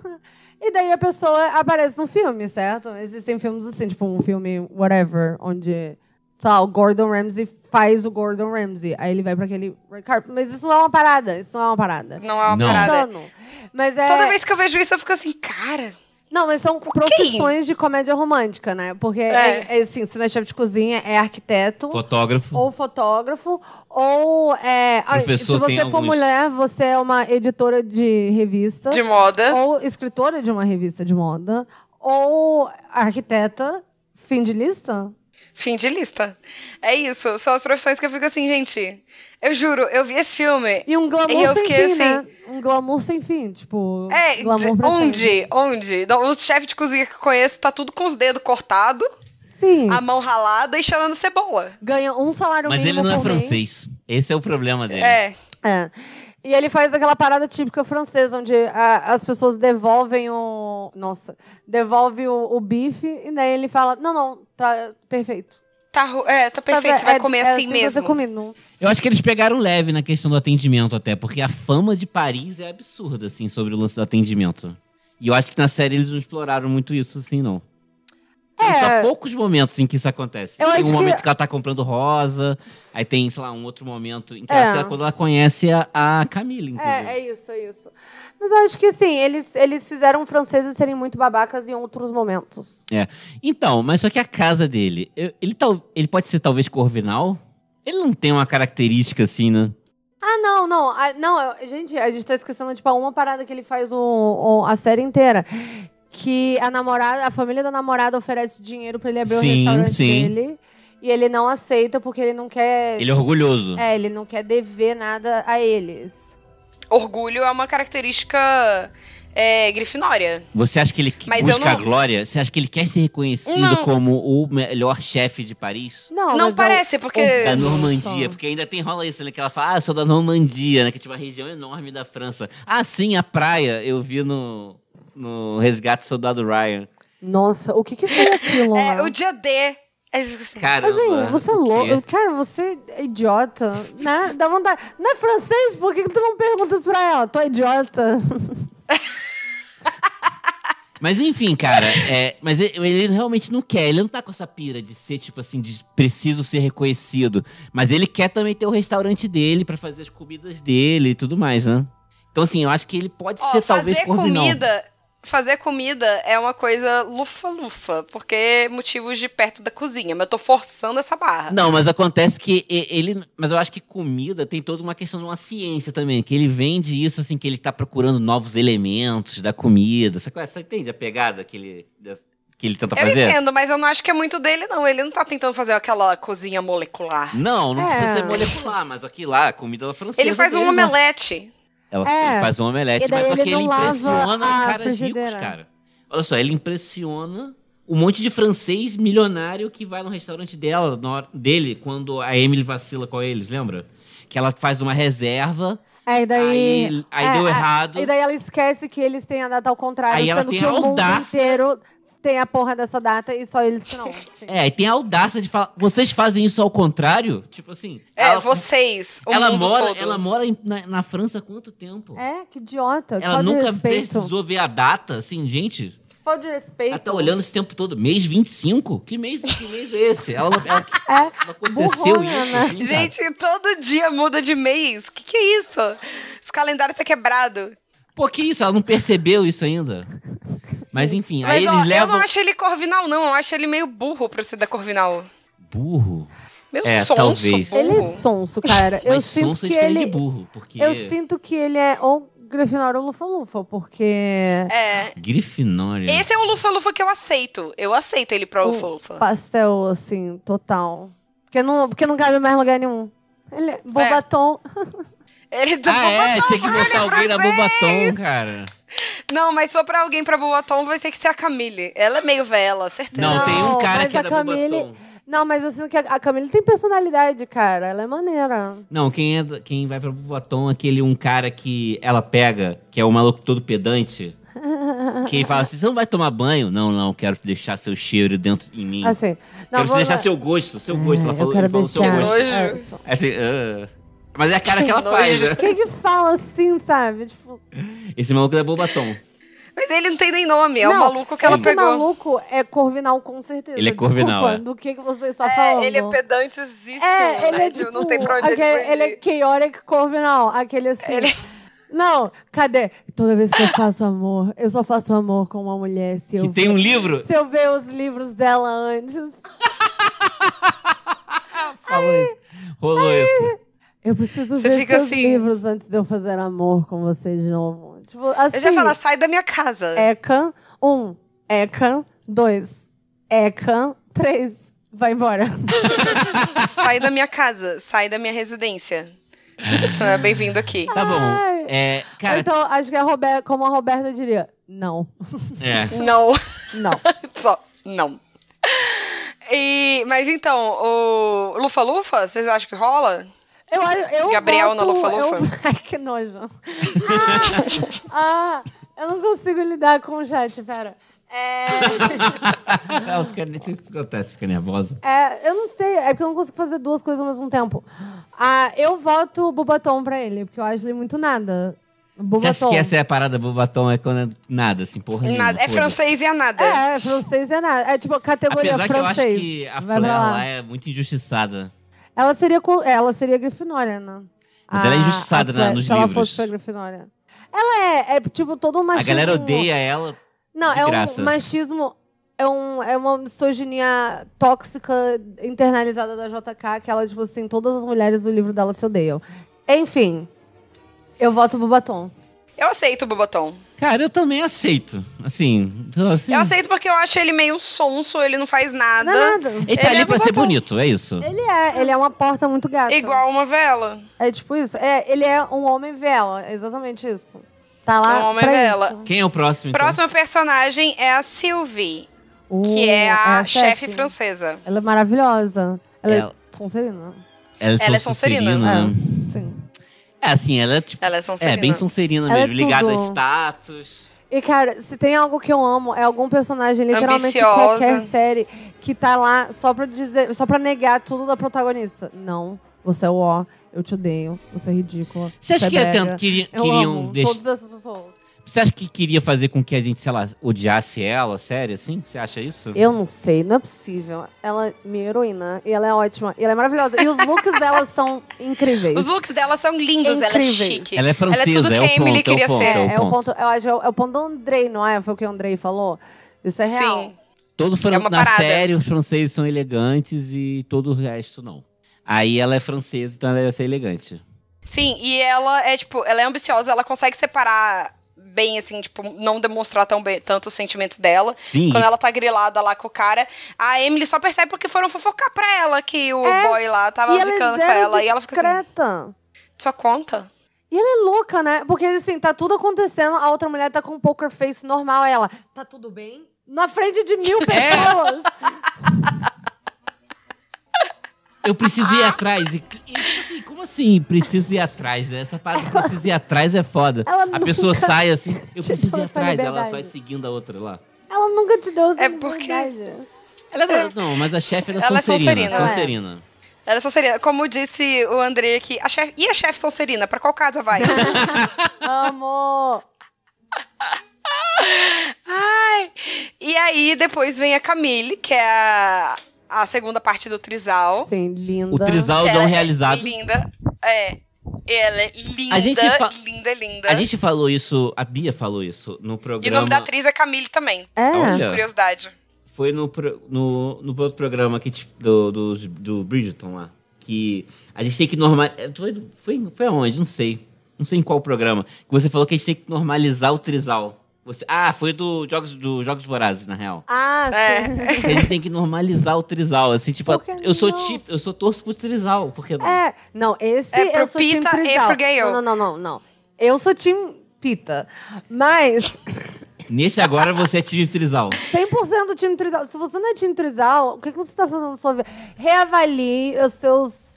[SPEAKER 1] e daí a pessoa aparece no filme, certo? Existem filmes assim, tipo um filme whatever, onde. Sei lá, o Gordon Ramsay faz o Gordon Ramsay. Aí ele vai pra aquele. red carpet. Mas isso não é uma parada. Isso não é uma parada.
[SPEAKER 4] Não é uma
[SPEAKER 3] Não.
[SPEAKER 4] parada.
[SPEAKER 1] Insano. Mas é.
[SPEAKER 4] Toda vez que eu vejo isso, eu fico assim, cara...
[SPEAKER 1] Não, mas são profissões de comédia romântica, né? Porque,
[SPEAKER 4] É.
[SPEAKER 1] é, é, assim, se não é chefe de cozinha, é arquiteto.
[SPEAKER 3] Fotógrafo.
[SPEAKER 1] ou fotógrafo, ou é, ah,
[SPEAKER 3] Professor
[SPEAKER 1] se
[SPEAKER 3] tem
[SPEAKER 1] você for
[SPEAKER 3] alguns.
[SPEAKER 1] mulher, você é uma editora de revista,
[SPEAKER 4] De moda.
[SPEAKER 1] ou escritora de uma revista de moda, ou arquiteta, fim de lista.
[SPEAKER 4] Fim de lista. É isso. São as profissões que eu fico assim, gente. Eu juro, eu vi esse filme.
[SPEAKER 1] E um glamour
[SPEAKER 4] E eu
[SPEAKER 1] sem fim,
[SPEAKER 4] fiquei
[SPEAKER 1] né?
[SPEAKER 4] assim-
[SPEAKER 1] Um glamour sem fim, tipo,
[SPEAKER 4] É,
[SPEAKER 1] glamour
[SPEAKER 4] de-
[SPEAKER 1] pra sempre.
[SPEAKER 4] onde? Onde? Não, O chefe de cozinha que eu conheço tá tudo com os dedos cortados,
[SPEAKER 1] Sim,
[SPEAKER 4] a mão ralada e cheirando cebola.
[SPEAKER 1] ganha um salário
[SPEAKER 3] Mas ele
[SPEAKER 1] mínimo
[SPEAKER 3] não é
[SPEAKER 1] por mês.
[SPEAKER 3] francês. Esse é o problema dele.
[SPEAKER 4] É.
[SPEAKER 1] É. E ele faz aquela parada típica francesa, onde a- as pessoas devolvem o. Nossa, devolve o, o bife, e daí ele fala: não, não, tá perfeito.
[SPEAKER 4] Tá, ru- é, tá perfeito,
[SPEAKER 1] Tá,
[SPEAKER 4] você vai
[SPEAKER 1] é-
[SPEAKER 4] comer
[SPEAKER 1] é
[SPEAKER 4] assim mesmo.
[SPEAKER 1] Você comer. Não,
[SPEAKER 3] Eu acho que eles pegaram leve na questão do atendimento até, porque a fama de Paris é absurda, assim, sobre o lance do atendimento. E eu acho que na série eles não exploraram muito isso, assim, não. Tem
[SPEAKER 1] É.
[SPEAKER 3] só poucos momentos em que isso acontece.
[SPEAKER 1] Eu
[SPEAKER 3] tem
[SPEAKER 1] acho
[SPEAKER 3] um
[SPEAKER 1] que-
[SPEAKER 3] momento que... ela tá comprando rosa, aí tem, sei lá, um outro momento em que
[SPEAKER 1] É.
[SPEAKER 3] ela, que ela- quando ela conhece a, a Camila, inclusive.
[SPEAKER 1] É, é isso, é isso. Mas eu acho que assim, eles, eles fizeram franceses serem muito babacas em outros momentos.
[SPEAKER 3] Então, mas só que a casa dele, eu- ele, tal, ele pode ser talvez corvinal? Ele não tem uma característica assim, né?
[SPEAKER 1] Ah, não, não. ah, não, eu- gente, a gente tá esquecendo, tipo, uma parada que ele faz um, um- a série inteira. Que a namorada, a família da namorada oferece dinheiro pra ele abrir
[SPEAKER 3] Sim,
[SPEAKER 1] o restaurante
[SPEAKER 3] sim.
[SPEAKER 1] dele. E ele não aceita porque ele não quer.
[SPEAKER 3] Ele é orgulhoso.
[SPEAKER 1] É, ele não quer dever nada a eles.
[SPEAKER 4] Orgulho é uma característica é, grifinória.
[SPEAKER 3] Você acha que ele que-
[SPEAKER 4] Mas eu
[SPEAKER 3] busca a
[SPEAKER 4] não-
[SPEAKER 3] glória? Você acha que ele quer ser reconhecido
[SPEAKER 4] Não.
[SPEAKER 3] como o melhor chefe de Paris?
[SPEAKER 1] Não,
[SPEAKER 4] Não
[SPEAKER 1] mas é eu-
[SPEAKER 4] parece, porque. é,
[SPEAKER 3] Da
[SPEAKER 1] não
[SPEAKER 3] Normandia,
[SPEAKER 1] fala.
[SPEAKER 3] porque ainda tem rola isso, né? Que ela fala, ah, eu sou da Normandia, né? Que é tipo uma região enorme da França. Ah, sim, a praia, eu vi no, no Resgate do Soldado Ryan.
[SPEAKER 1] Nossa, o que que foi aquilo? lá?
[SPEAKER 4] É, o dia D. Aí eu fico assim,
[SPEAKER 3] Caramba.
[SPEAKER 1] Mas assim, você é
[SPEAKER 3] o quê?
[SPEAKER 1] louco. Cara, você é idiota, né? Dá vontade. Não é francês? Por que, que tu não pergunta isso pra ela? Tu é idiota.
[SPEAKER 3] Mas enfim, cara, é, mas ele, ele realmente não quer, ele não tá com essa pira de ser, tipo assim, de preciso ser reconhecido. Mas ele quer também ter o restaurante dele pra fazer as comidas dele e tudo mais, né? Então, assim, eu acho que ele pode
[SPEAKER 4] ó,
[SPEAKER 3] ser talvez
[SPEAKER 4] fazer
[SPEAKER 3] corvinal.
[SPEAKER 4] comida. Fazer comida é uma coisa lufa-lufa, porque motivos de perto da cozinha, mas eu tô forçando essa barra.
[SPEAKER 3] Não, mas acontece que e- ele. Mas eu acho que comida tem toda uma questão de uma ciência também. Que ele vende isso, assim, que ele tá procurando novos elementos da comida. Você, você entende a pegada que ele, que ele tenta
[SPEAKER 4] eu
[SPEAKER 3] fazer?
[SPEAKER 4] entendo, mas eu não acho que é muito dele, não. Ele não tá tentando fazer aquela cozinha molecular.
[SPEAKER 3] Não, não
[SPEAKER 1] É.
[SPEAKER 3] precisa ser molecular, mas aqui lá, a comida francesa.
[SPEAKER 4] Ele faz um
[SPEAKER 3] deles, né?
[SPEAKER 4] omelete.
[SPEAKER 3] Ela
[SPEAKER 1] É.
[SPEAKER 3] ele faz um omelete,
[SPEAKER 1] E daí
[SPEAKER 3] mas só
[SPEAKER 1] ele
[SPEAKER 3] que
[SPEAKER 1] não
[SPEAKER 3] ele
[SPEAKER 1] lava
[SPEAKER 3] impressiona
[SPEAKER 1] a
[SPEAKER 3] caras ricos,
[SPEAKER 1] frigideira.
[SPEAKER 3] cara. Olha só, ele impressiona um monte de francês milionário que vai no restaurante dela, na hora- dele, quando a Emily vacila com eles, lembra? Que ela faz uma reserva,
[SPEAKER 1] Aí daí.
[SPEAKER 3] aí, aí
[SPEAKER 1] é,
[SPEAKER 3] deu
[SPEAKER 1] é,
[SPEAKER 3] errado.
[SPEAKER 1] E daí ela esquece que eles têm a data ao contrário,
[SPEAKER 3] Aí ela
[SPEAKER 1] sendo
[SPEAKER 3] tem
[SPEAKER 1] que
[SPEAKER 3] a
[SPEAKER 1] o mundo
[SPEAKER 3] audácia.
[SPEAKER 1] inteiro tem a porra dessa data e só eles que não. assim.
[SPEAKER 3] É, e tem a audácia de falar, vocês fazem isso ao contrário? Tipo assim.
[SPEAKER 4] É,
[SPEAKER 3] ela,
[SPEAKER 4] vocês. O
[SPEAKER 3] ela
[SPEAKER 4] mundo
[SPEAKER 3] mora,
[SPEAKER 4] todo.
[SPEAKER 3] ela mora em- na, na França há quanto tempo?
[SPEAKER 1] É, que idiota.
[SPEAKER 3] ela
[SPEAKER 1] falta de
[SPEAKER 3] nunca
[SPEAKER 1] respeito.
[SPEAKER 3] precisou ver a data, assim, gente.
[SPEAKER 1] Falta de respeito.
[SPEAKER 3] Ela tá olhando esse tempo todo. Mês 25? Que mês, que mês é esse? Ela, não- ela-
[SPEAKER 1] É,
[SPEAKER 3] não aconteceu
[SPEAKER 1] burrona,
[SPEAKER 3] isso.
[SPEAKER 1] né?
[SPEAKER 3] assim, sabe?
[SPEAKER 4] Gente, todo dia muda de mês. Que que é isso? Esse calendário tá quebrado.
[SPEAKER 3] Pô, que isso? Ela não percebeu isso ainda. Mas enfim,
[SPEAKER 4] Mas
[SPEAKER 3] aí
[SPEAKER 4] ó,
[SPEAKER 3] eles
[SPEAKER 4] eu
[SPEAKER 3] levam.
[SPEAKER 4] não acho ele corvinal, não. Eu acho ele meio burro pra ser da corvinal.
[SPEAKER 3] Burro.
[SPEAKER 4] Meu
[SPEAKER 3] É,
[SPEAKER 4] sonso,
[SPEAKER 3] talvez.
[SPEAKER 4] burro.
[SPEAKER 1] Ele é sonso, cara. Eu
[SPEAKER 3] Mas
[SPEAKER 1] sinto
[SPEAKER 3] sonso é
[SPEAKER 1] que
[SPEAKER 3] diferente
[SPEAKER 1] ele.
[SPEAKER 3] de burro, porque.
[SPEAKER 1] Eu sinto que ele é ou Grifinória ou Lufa-Lufa, porque.
[SPEAKER 4] É.
[SPEAKER 3] Grifinória.
[SPEAKER 4] Esse é um lufa-lufa que eu aceito. Eu aceito ele pra
[SPEAKER 1] O
[SPEAKER 4] lufa-lufa.
[SPEAKER 1] é pastel, assim, total. Porque não, porque não cabe mais lugar nenhum. Ele é Bobatom.
[SPEAKER 4] Ele do
[SPEAKER 3] Ah, é?
[SPEAKER 4] Bobatom,
[SPEAKER 3] Tinha que
[SPEAKER 4] ele
[SPEAKER 3] botar alguém na
[SPEAKER 4] francês.
[SPEAKER 3] Bobatom, cara.
[SPEAKER 4] Não, mas se for pra alguém pra Bobatom, vai ter que ser a Camille. Ela é meio vela, certeza.
[SPEAKER 3] Não, tem um
[SPEAKER 1] Não,
[SPEAKER 3] cara
[SPEAKER 1] mas
[SPEAKER 3] que é
[SPEAKER 1] a
[SPEAKER 3] da
[SPEAKER 1] Camille-
[SPEAKER 3] Bobatom.
[SPEAKER 1] Não, mas eu sinto que a a Camille tem personalidade, cara. Ela é maneira.
[SPEAKER 3] Não, quem, é, da- quem vai pra Bobatom é aquele um cara que ela pega, que é o maluco todo pedante. Que fala assim: você não vai tomar banho? Não, não, quero deixar seu cheiro dentro em mim.
[SPEAKER 1] Assim. Não,
[SPEAKER 3] quero
[SPEAKER 1] vou-
[SPEAKER 3] deixar seu gosto, seu gosto.
[SPEAKER 1] Ai,
[SPEAKER 3] ela
[SPEAKER 1] É,
[SPEAKER 3] falou,
[SPEAKER 1] eu quero
[SPEAKER 3] ele falou seu
[SPEAKER 1] deixar.
[SPEAKER 3] gosto.
[SPEAKER 4] Nojo.
[SPEAKER 1] Isso.
[SPEAKER 3] É assim, ah. Mas é a cara que ela faz, né?
[SPEAKER 1] Quem que fala assim, sabe? Tipo,
[SPEAKER 3] Esse maluco é bobatom.
[SPEAKER 4] Mas ele não tem nem nome, é o
[SPEAKER 1] Não,
[SPEAKER 4] maluco que ela
[SPEAKER 1] esse
[SPEAKER 4] pegou.
[SPEAKER 1] maluco é corvinal, com certeza.
[SPEAKER 3] Ele é corvinal,
[SPEAKER 1] Desculpa,
[SPEAKER 3] é.
[SPEAKER 1] Do que, que você está falando?
[SPEAKER 4] É, ele é pedantezíssimo,
[SPEAKER 1] É, ele
[SPEAKER 4] né?
[SPEAKER 1] é
[SPEAKER 4] Tipo,
[SPEAKER 1] tipo,
[SPEAKER 4] não tem pra onde ele é-
[SPEAKER 1] aquele- ele,
[SPEAKER 4] fugir.
[SPEAKER 1] é chaotic corvinal, aquele assim. Não, cadê? Toda vez que eu faço amor, eu só faço amor com uma mulher se eu
[SPEAKER 3] Que tem um livro.
[SPEAKER 1] se eu ver os livros dela antes.
[SPEAKER 3] Falou isso. Rolou isso.
[SPEAKER 1] Eu preciso
[SPEAKER 4] Você
[SPEAKER 1] ver
[SPEAKER 4] fica
[SPEAKER 1] seus
[SPEAKER 4] assim-
[SPEAKER 1] livros antes de eu fazer amor com você de novo. Tipo, assim,
[SPEAKER 4] Eu já falo, sai da minha casa.
[SPEAKER 1] É. Eca, um. Eca, dois. Eca, três. Vai embora.
[SPEAKER 4] Sai da minha casa, sai da minha residência. Você é bem-vindo aqui.
[SPEAKER 3] Tá bom. É,
[SPEAKER 1] Ou
[SPEAKER 3] cara,
[SPEAKER 1] então, acho que a Roberta, como a Roberta diria, não,
[SPEAKER 3] é.
[SPEAKER 4] Não,
[SPEAKER 1] não.
[SPEAKER 4] só não. E, mas então, o Lufa-Lufa, vocês acham que rola?
[SPEAKER 1] Eu, acho- eu
[SPEAKER 4] Gabriel na
[SPEAKER 1] voto-
[SPEAKER 4] Lufa-Lufa?
[SPEAKER 1] eu- Ai, que nojo. Ah, ah, eu não consigo lidar com o chat, pera. É,
[SPEAKER 3] Ela fica, o que acontece? Fica nervosa.
[SPEAKER 1] é, eu não sei, é porque eu não consigo fazer duas coisas ao mesmo tempo. Ah, eu voto Bubatom pra ele, porque eu acho ele muito nada. Bubatom.
[SPEAKER 3] Você acha que essa é a parada Bobatom? É quando é nada, assim, porra nenhuma,
[SPEAKER 4] Nada- é
[SPEAKER 3] foda-se.
[SPEAKER 4] francês e é nada.
[SPEAKER 1] É, francês é nada. É tipo categoria
[SPEAKER 3] Apesar
[SPEAKER 1] francês.
[SPEAKER 3] que eu acho que a
[SPEAKER 1] Vai
[SPEAKER 3] Fleur
[SPEAKER 1] pra lá.
[SPEAKER 3] lá é muito injustiçada.
[SPEAKER 1] Ela seria, co- ela seria Grifinória, né?
[SPEAKER 3] Mas ela é
[SPEAKER 1] A-
[SPEAKER 3] injustiçada,
[SPEAKER 1] a
[SPEAKER 3] né,
[SPEAKER 1] Fle-
[SPEAKER 3] nos
[SPEAKER 1] Se ela
[SPEAKER 3] livros.
[SPEAKER 1] fosse pra Grifinória. Ela é, é tipo todo um
[SPEAKER 3] A
[SPEAKER 1] machismo.
[SPEAKER 3] galera odeia ela.
[SPEAKER 1] Não,
[SPEAKER 3] de
[SPEAKER 1] é
[SPEAKER 3] graça.
[SPEAKER 1] um machismo. É, um, é uma misoginia tóxica internalizada da JK, que ela, tipo assim, todas as mulheres do livro dela se odeiam. Enfim, eu voto Bubatom.
[SPEAKER 4] Eu aceito o Bobotom.
[SPEAKER 3] Cara, eu também aceito. Assim, então, assim,
[SPEAKER 4] Eu aceito porque eu acho ele meio sonso, ele não faz nada.
[SPEAKER 1] Não é nada.
[SPEAKER 3] Ele tá
[SPEAKER 4] Ele
[SPEAKER 3] ali
[SPEAKER 4] é
[SPEAKER 3] pra ser
[SPEAKER 4] Bobatom.
[SPEAKER 3] bonito, é isso.
[SPEAKER 1] Ele é, ele é uma porta muito gata.
[SPEAKER 4] Igual uma vela.
[SPEAKER 3] Então.
[SPEAKER 1] É tipo isso. É, ele é um homem vela, é exatamente isso. Tá lá
[SPEAKER 4] Um homem
[SPEAKER 1] pra
[SPEAKER 4] vela.
[SPEAKER 1] isso.
[SPEAKER 3] Quem é o próximo, então?
[SPEAKER 4] Próxima personagem é a Sylvie, que
[SPEAKER 1] Uh,
[SPEAKER 4] é a, chefe francesa.
[SPEAKER 1] Ela é maravilhosa. Ela,
[SPEAKER 3] Ela-
[SPEAKER 1] é Sonserina.
[SPEAKER 3] Ela,
[SPEAKER 4] Ela
[SPEAKER 3] é
[SPEAKER 4] é
[SPEAKER 3] Sonserina. né?
[SPEAKER 1] É, sim.
[SPEAKER 3] É, assim, ela é tipo...
[SPEAKER 4] Ela é Sonserina.
[SPEAKER 3] É, bem Sonserina
[SPEAKER 1] Ela é
[SPEAKER 3] mesmo, ligada a
[SPEAKER 1] tudo.
[SPEAKER 3] status.
[SPEAKER 1] E, cara, se tem algo que eu amo, é algum personagem, literalmente
[SPEAKER 4] Ambiciosa.
[SPEAKER 1] qualquer série, que tá lá só pra dizer, só pra negar tudo da protagonista. Não, você é o ó, eu te odeio, você é ridícula.
[SPEAKER 3] Você acha
[SPEAKER 1] é
[SPEAKER 3] que é
[SPEAKER 1] brega.
[SPEAKER 3] tanto que
[SPEAKER 1] Eu
[SPEAKER 3] queriam
[SPEAKER 1] amo
[SPEAKER 3] deixar...
[SPEAKER 1] todas essas pessoas.
[SPEAKER 3] Você acha que queria fazer com que a gente, sei lá, odiasse ela, sério, assim? Você acha isso?
[SPEAKER 1] Eu não sei, não é possível. Ela é minha heroína e ela é ótima. E ela é maravilhosa. E os looks dela são incríveis.
[SPEAKER 4] Os looks dela são lindos, ela é
[SPEAKER 1] Incríveis.
[SPEAKER 4] chique.
[SPEAKER 3] Ela é francesa,
[SPEAKER 4] tudo
[SPEAKER 3] é
[SPEAKER 4] que
[SPEAKER 3] o
[SPEAKER 4] a Emily
[SPEAKER 3] ponto, é o
[SPEAKER 4] queria
[SPEAKER 3] ponto.
[SPEAKER 4] ser.
[SPEAKER 1] É, é o
[SPEAKER 3] ponto.
[SPEAKER 1] ponto, eu acho, é o- é o ponto do Andrei, não é? Foi o que o Andrei falou. Isso é real.
[SPEAKER 4] Sim.
[SPEAKER 3] Todo fran...
[SPEAKER 4] É uma
[SPEAKER 3] na
[SPEAKER 4] parada.
[SPEAKER 3] série, os franceses são elegantes e todo o resto não. Aí ela é francesa, então ela ia ser elegante.
[SPEAKER 4] Sim, e ela é, tipo, ela é ambiciosa, ela consegue separar bem, assim, tipo, não demonstrar tão bem, tanto os sentimentos dela.
[SPEAKER 3] Sim.
[SPEAKER 4] Quando ela tá grilada lá com o cara, a Emily só percebe porque foram fofocar pra ela que o
[SPEAKER 1] É,
[SPEAKER 4] boy lá tava
[SPEAKER 1] e ela é
[SPEAKER 4] ficando
[SPEAKER 1] zero
[SPEAKER 4] com ela. E ela fica assim,
[SPEAKER 1] discreta.
[SPEAKER 4] só conta?
[SPEAKER 1] E ela é louca, né? Porque assim, tá tudo acontecendo, a outra mulher tá com um poker face normal, ela, tá tudo bem? Na frente de
[SPEAKER 4] É.
[SPEAKER 1] mil pessoas.
[SPEAKER 3] Eu preciso
[SPEAKER 1] Ah.
[SPEAKER 3] ir atrás. E, e, tipo assim, como assim? Preciso ir atrás, né? Essa parada, preciso ir atrás é foda.
[SPEAKER 1] Ela
[SPEAKER 3] A pessoa
[SPEAKER 1] nunca
[SPEAKER 3] sai assim, eu
[SPEAKER 1] te
[SPEAKER 3] preciso
[SPEAKER 1] deu
[SPEAKER 3] ir
[SPEAKER 1] essa
[SPEAKER 3] atrás. Ela
[SPEAKER 1] liberdade.
[SPEAKER 3] vai seguindo a outra lá.
[SPEAKER 1] Ela nunca te deu essa
[SPEAKER 4] É porque-
[SPEAKER 1] liberdade.
[SPEAKER 3] Ela é, não, mas a chefe era
[SPEAKER 4] Ela é
[SPEAKER 3] Sonserina.
[SPEAKER 4] Sonserina,
[SPEAKER 1] ela é.
[SPEAKER 3] Sonserina.
[SPEAKER 4] Ela é Sonserina. Como disse o André aqui, a chefe, e a chefe Sonserina? Pra qual casa vai?
[SPEAKER 1] Amor.
[SPEAKER 4] Ai! E aí, depois vem a Camille, que é a, a segunda parte do Trisal.
[SPEAKER 1] Sim, linda.
[SPEAKER 3] O Trisaldão
[SPEAKER 4] Ela é
[SPEAKER 3] realizado.
[SPEAKER 4] Linda. É. Ela é linda,
[SPEAKER 3] A gente fa-
[SPEAKER 4] linda, linda.
[SPEAKER 3] A gente falou isso, a Bia falou isso no programa.
[SPEAKER 4] E o nome da atriz é Camille também.
[SPEAKER 1] É.
[SPEAKER 3] Olha.
[SPEAKER 4] De curiosidade.
[SPEAKER 3] Foi no, pro- no, no outro programa que, te- do, do, do Bridgeton lá. Que a gente tem que normalizar. Foi, foi, foi aonde? Não sei. Não sei em qual programa. Que você falou que a gente tem que normalizar o trisal. Você, ah, foi do Jogos, do Jogos Vorazes, na real.
[SPEAKER 1] Ah, sim.
[SPEAKER 4] É.
[SPEAKER 3] Que a gente tem que normalizar o trisal. Assim, tipo,
[SPEAKER 1] Por que
[SPEAKER 3] eu sou
[SPEAKER 1] não?
[SPEAKER 3] tipo, eu sou torço pro trisal. Porque
[SPEAKER 1] É, não, esse
[SPEAKER 4] É pro
[SPEAKER 1] eu sou time
[SPEAKER 4] Pita e
[SPEAKER 1] Trisal.
[SPEAKER 4] pro Gale.
[SPEAKER 1] Não, não, não, não, não. Eu sou time Pita. Mas
[SPEAKER 3] nesse agora você é time trisal.
[SPEAKER 1] 100% time Trisal. Se você não é time Trisal, o que, que você tá fazendo na sua vida? Reavalie os seus.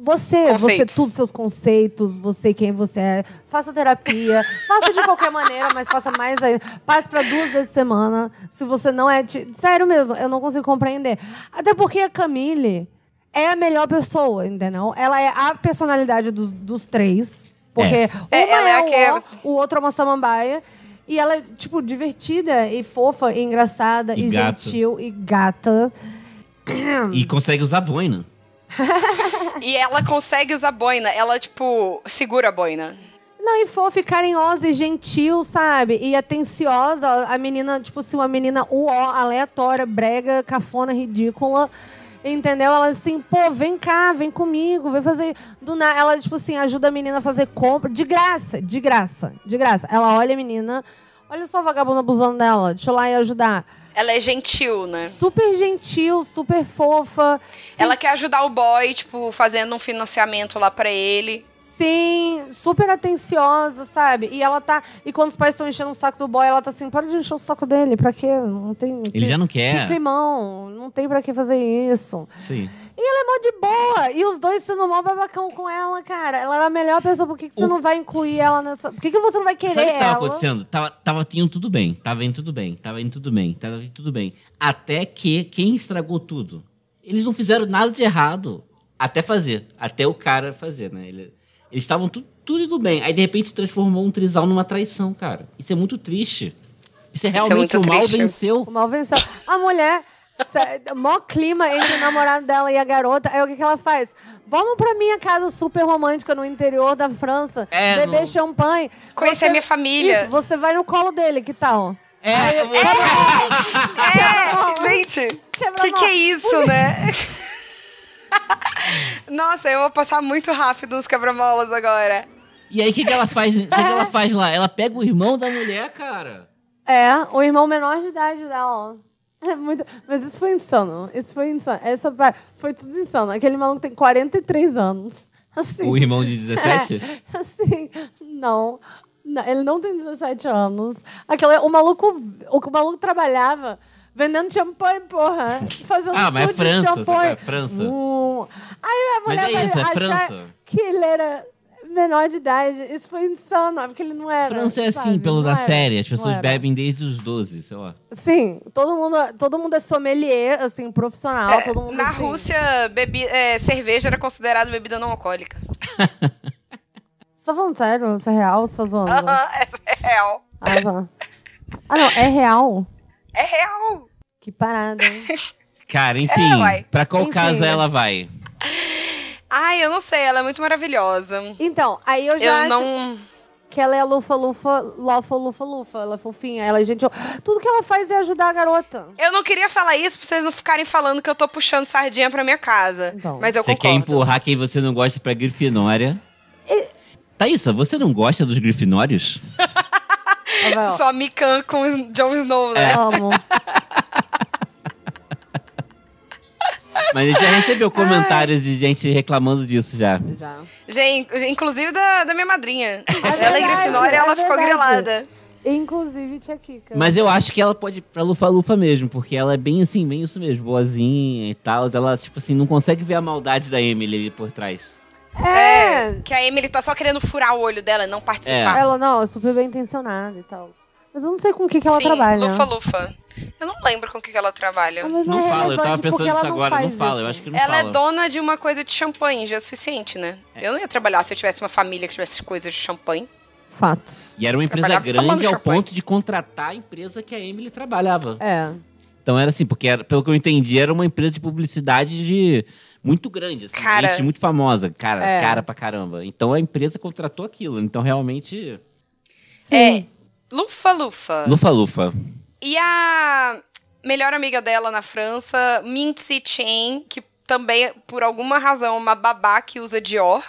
[SPEAKER 1] Você,
[SPEAKER 4] Conceitos.
[SPEAKER 1] você, tudo, seus conceitos, você, quem você é. Faça terapia. faça de qualquer maneira, mas faça mais aí. Passe pra duas vezes semana. Se você não é. ti- Sério mesmo, eu não consigo compreender. Até porque a Camille é a melhor pessoa, entendeu? Ela é a personalidade dos, dos três. Porque uma
[SPEAKER 4] É,
[SPEAKER 1] é,
[SPEAKER 4] ela é a
[SPEAKER 1] o
[SPEAKER 4] que-
[SPEAKER 1] ó, o outro é uma samambaia. E ela é, tipo, divertida e fofa e engraçada
[SPEAKER 3] E
[SPEAKER 1] e,
[SPEAKER 3] gata.
[SPEAKER 1] gentil e gata. Hum.
[SPEAKER 3] e consegue usar boina.
[SPEAKER 4] E ela consegue usar boina. Ela, tipo, segura a boina.
[SPEAKER 1] Não, e fofa e carinhosa e gentil, sabe? E atenciosa. A menina, tipo assim, uma menina uó, aleatória, brega, cafona, ridícula. Entendeu? Ela assim, pô, vem cá, vem comigo, vem fazer. Do na... Ela, tipo assim, ajuda a menina a fazer compra. De graça, de graça, de graça. Ela olha a menina. Olha só a vagabunda abusando dela. Deixa eu lá e ajudar.
[SPEAKER 4] Ela é gentil, né?
[SPEAKER 1] super gentil, super fofa.
[SPEAKER 4] Ela quer ajudar o boy, tipo, fazendo um financiamento lá pra ele.
[SPEAKER 1] Sim, super atenciosa, sabe? E ela tá. E quando os pais estão enchendo o saco do boy, ela tá assim: para de encher o saco dele, pra quê? Não tem.
[SPEAKER 3] Ele já não
[SPEAKER 1] Que
[SPEAKER 3] quer.
[SPEAKER 1] climão, não tem pra que fazer isso. é
[SPEAKER 3] Sim.
[SPEAKER 1] Mó de boa! E os dois sendo mó babacão com ela, cara. Ela era a melhor pessoa, por que, que você
[SPEAKER 3] O-
[SPEAKER 1] não vai incluir ela nessa. Por que, que você não vai querer
[SPEAKER 3] Sabe o que tava
[SPEAKER 1] ela?
[SPEAKER 3] acontecendo? Tava, tava indo tudo bem, tava indo tudo bem, tava indo tudo bem, tava indo tudo bem. Até que quem estragou tudo? Eles não fizeram nada de errado. Até fazer. Até o cara fazer, né? Ele- eles estavam tu- tudo indo bem. Aí, de repente, transformou um trisal numa traição, cara. Isso é muito triste. Isso é realmente
[SPEAKER 4] muito
[SPEAKER 3] o mal
[SPEAKER 4] triste.
[SPEAKER 3] venceu.
[SPEAKER 1] O mal venceu. A mulher, sé- mó clima entre o namorado dela e a garota. Aí o que, que ela faz? Vamos pra minha casa super romântica no interior da França.
[SPEAKER 3] É,
[SPEAKER 1] beber
[SPEAKER 3] no-
[SPEAKER 1] champanhe.
[SPEAKER 4] Conhecer
[SPEAKER 1] Você-
[SPEAKER 4] minha família.
[SPEAKER 1] Isso, você vai no colo dele, que tal?
[SPEAKER 3] É,
[SPEAKER 4] É, gente,
[SPEAKER 1] Quebra
[SPEAKER 4] que que
[SPEAKER 1] nós.
[SPEAKER 4] é isso, né? Nossa, eu vou passar muito rápido nos quebra-molas agora.
[SPEAKER 3] E aí, o que, que ela faz? O que, que ela faz lá? Ela pega o irmão da mulher, cara.
[SPEAKER 1] É, o irmão menor de idade dela. É muito... Mas isso foi insano. Isso foi insano. Essa... pa- Foi tudo insano. Aquele maluco tem 43 anos. Assim.
[SPEAKER 3] O irmão de 17?
[SPEAKER 1] É, assim, não. Não, Ele não tem 17 anos. Aquela, o, maluco, o, o maluco trabalhava vendendo champanhe, porra. Fazendo
[SPEAKER 3] Ah, mas é
[SPEAKER 1] tudo de
[SPEAKER 3] França,
[SPEAKER 1] champanhe.
[SPEAKER 3] sabe? É França.
[SPEAKER 1] Hum. Aí a
[SPEAKER 3] Mas
[SPEAKER 1] mulher
[SPEAKER 3] é
[SPEAKER 1] vai
[SPEAKER 3] isso, é
[SPEAKER 1] achar
[SPEAKER 3] França.
[SPEAKER 1] que ele era menor de idade. Isso foi insano, porque ele não era.
[SPEAKER 3] França é assim,
[SPEAKER 1] sabe?
[SPEAKER 3] pelo
[SPEAKER 1] Não
[SPEAKER 3] da
[SPEAKER 1] era,
[SPEAKER 3] série. As
[SPEAKER 1] não
[SPEAKER 3] pessoas
[SPEAKER 1] era.
[SPEAKER 3] bebem desde os 12, sei lá.
[SPEAKER 1] Sim, todo mundo, todo mundo é sommelier, assim, profissional. todo mundo
[SPEAKER 4] É, Na
[SPEAKER 1] assim.
[SPEAKER 4] Rússia, bebi é, cerveja era considerada bebida não alcoólica.
[SPEAKER 1] Você tá falando sério? Isso é real ou você tá zoando?
[SPEAKER 4] Aham, essa é real.
[SPEAKER 1] Ah, tá. ah, não, é real?
[SPEAKER 4] É real!
[SPEAKER 1] Que parada, hein?
[SPEAKER 3] Cara, enfim,
[SPEAKER 4] uai.
[SPEAKER 3] pra qual
[SPEAKER 1] É, Enfim,
[SPEAKER 3] casa
[SPEAKER 1] né?
[SPEAKER 3] ela vai?
[SPEAKER 4] Ai, eu não sei, ela é muito maravilhosa.
[SPEAKER 1] Então, aí eu já
[SPEAKER 4] Eu
[SPEAKER 1] acho
[SPEAKER 4] não.
[SPEAKER 1] que ela é lufa, lufa, lofa, lufa, lufa. Ela é fofinha, ela é gente. Tudo que ela faz é ajudar a garota.
[SPEAKER 4] Eu não queria falar isso pra vocês não ficarem falando que eu tô puxando sardinha pra minha casa.
[SPEAKER 1] Então.
[SPEAKER 4] mas eu
[SPEAKER 3] você quer
[SPEAKER 4] concordo.
[SPEAKER 3] empurrar quem você não gosta pra Grifinória? Thaísa, você não gosta dos Grifinórios?
[SPEAKER 1] Ela vai, ó,
[SPEAKER 4] Só Mikan com o Jon Snow,
[SPEAKER 3] É.
[SPEAKER 4] né?
[SPEAKER 1] Amo.
[SPEAKER 3] Mas a gente já recebeu comentários de gente reclamando disso já.
[SPEAKER 1] Já.
[SPEAKER 4] Gente, inclusive da, da minha madrinha. ela
[SPEAKER 1] verdade,
[SPEAKER 4] é Grifinória
[SPEAKER 1] é
[SPEAKER 4] e ela ficou
[SPEAKER 1] verdade.
[SPEAKER 4] grilada.
[SPEAKER 1] Inclusive, Tia Kika.
[SPEAKER 3] Mas eu acho que ela pode ir pra Lufa-Lufa mesmo, porque ela é bem assim, bem isso mesmo, boazinha e tal. Ela, tipo assim, não consegue ver a maldade da Emily ali por trás.
[SPEAKER 1] É.
[SPEAKER 4] Que a Emily tá só querendo furar o olho dela e não participar.
[SPEAKER 1] Ela, não, é super bem intencionada e tal. Mas eu não sei com o que, que ela
[SPEAKER 4] Sim,
[SPEAKER 1] trabalha.
[SPEAKER 4] Lufa Lufa. Eu não lembro com o que, que ela trabalha.
[SPEAKER 1] Ah, mas
[SPEAKER 3] Não,
[SPEAKER 1] é
[SPEAKER 3] fala, eu tava
[SPEAKER 1] relevante, porque
[SPEAKER 3] pensando
[SPEAKER 1] ela
[SPEAKER 3] nisso agora, não
[SPEAKER 1] faz
[SPEAKER 3] fala, eu
[SPEAKER 1] isso.
[SPEAKER 3] acho que não
[SPEAKER 4] Ela
[SPEAKER 3] fala.
[SPEAKER 4] é dona de uma coisa de champanhe, já é suficiente, né? Eu não ia trabalhar se eu tivesse uma família que tivesse coisas de champanhe.
[SPEAKER 1] Fato.
[SPEAKER 3] E era uma empresa
[SPEAKER 4] Trabalhava tomando
[SPEAKER 3] grande ao
[SPEAKER 4] champanhe.
[SPEAKER 3] ponto de contratar a empresa que a Emily trabalhava.
[SPEAKER 1] É.
[SPEAKER 3] Então era assim, porque era- pelo que eu entendi, era uma empresa de publicidade de muito grande, assim,
[SPEAKER 4] Cara.
[SPEAKER 3] gente muito famosa, cara,
[SPEAKER 1] É.
[SPEAKER 3] cara pra caramba. Então a empresa contratou aquilo, então realmente
[SPEAKER 4] É. Lufa Lufa.
[SPEAKER 3] lufa lufa.
[SPEAKER 4] E a melhor amiga dela na França, Mincy Chen, que também, por alguma razão, é uma babá que usa Dior.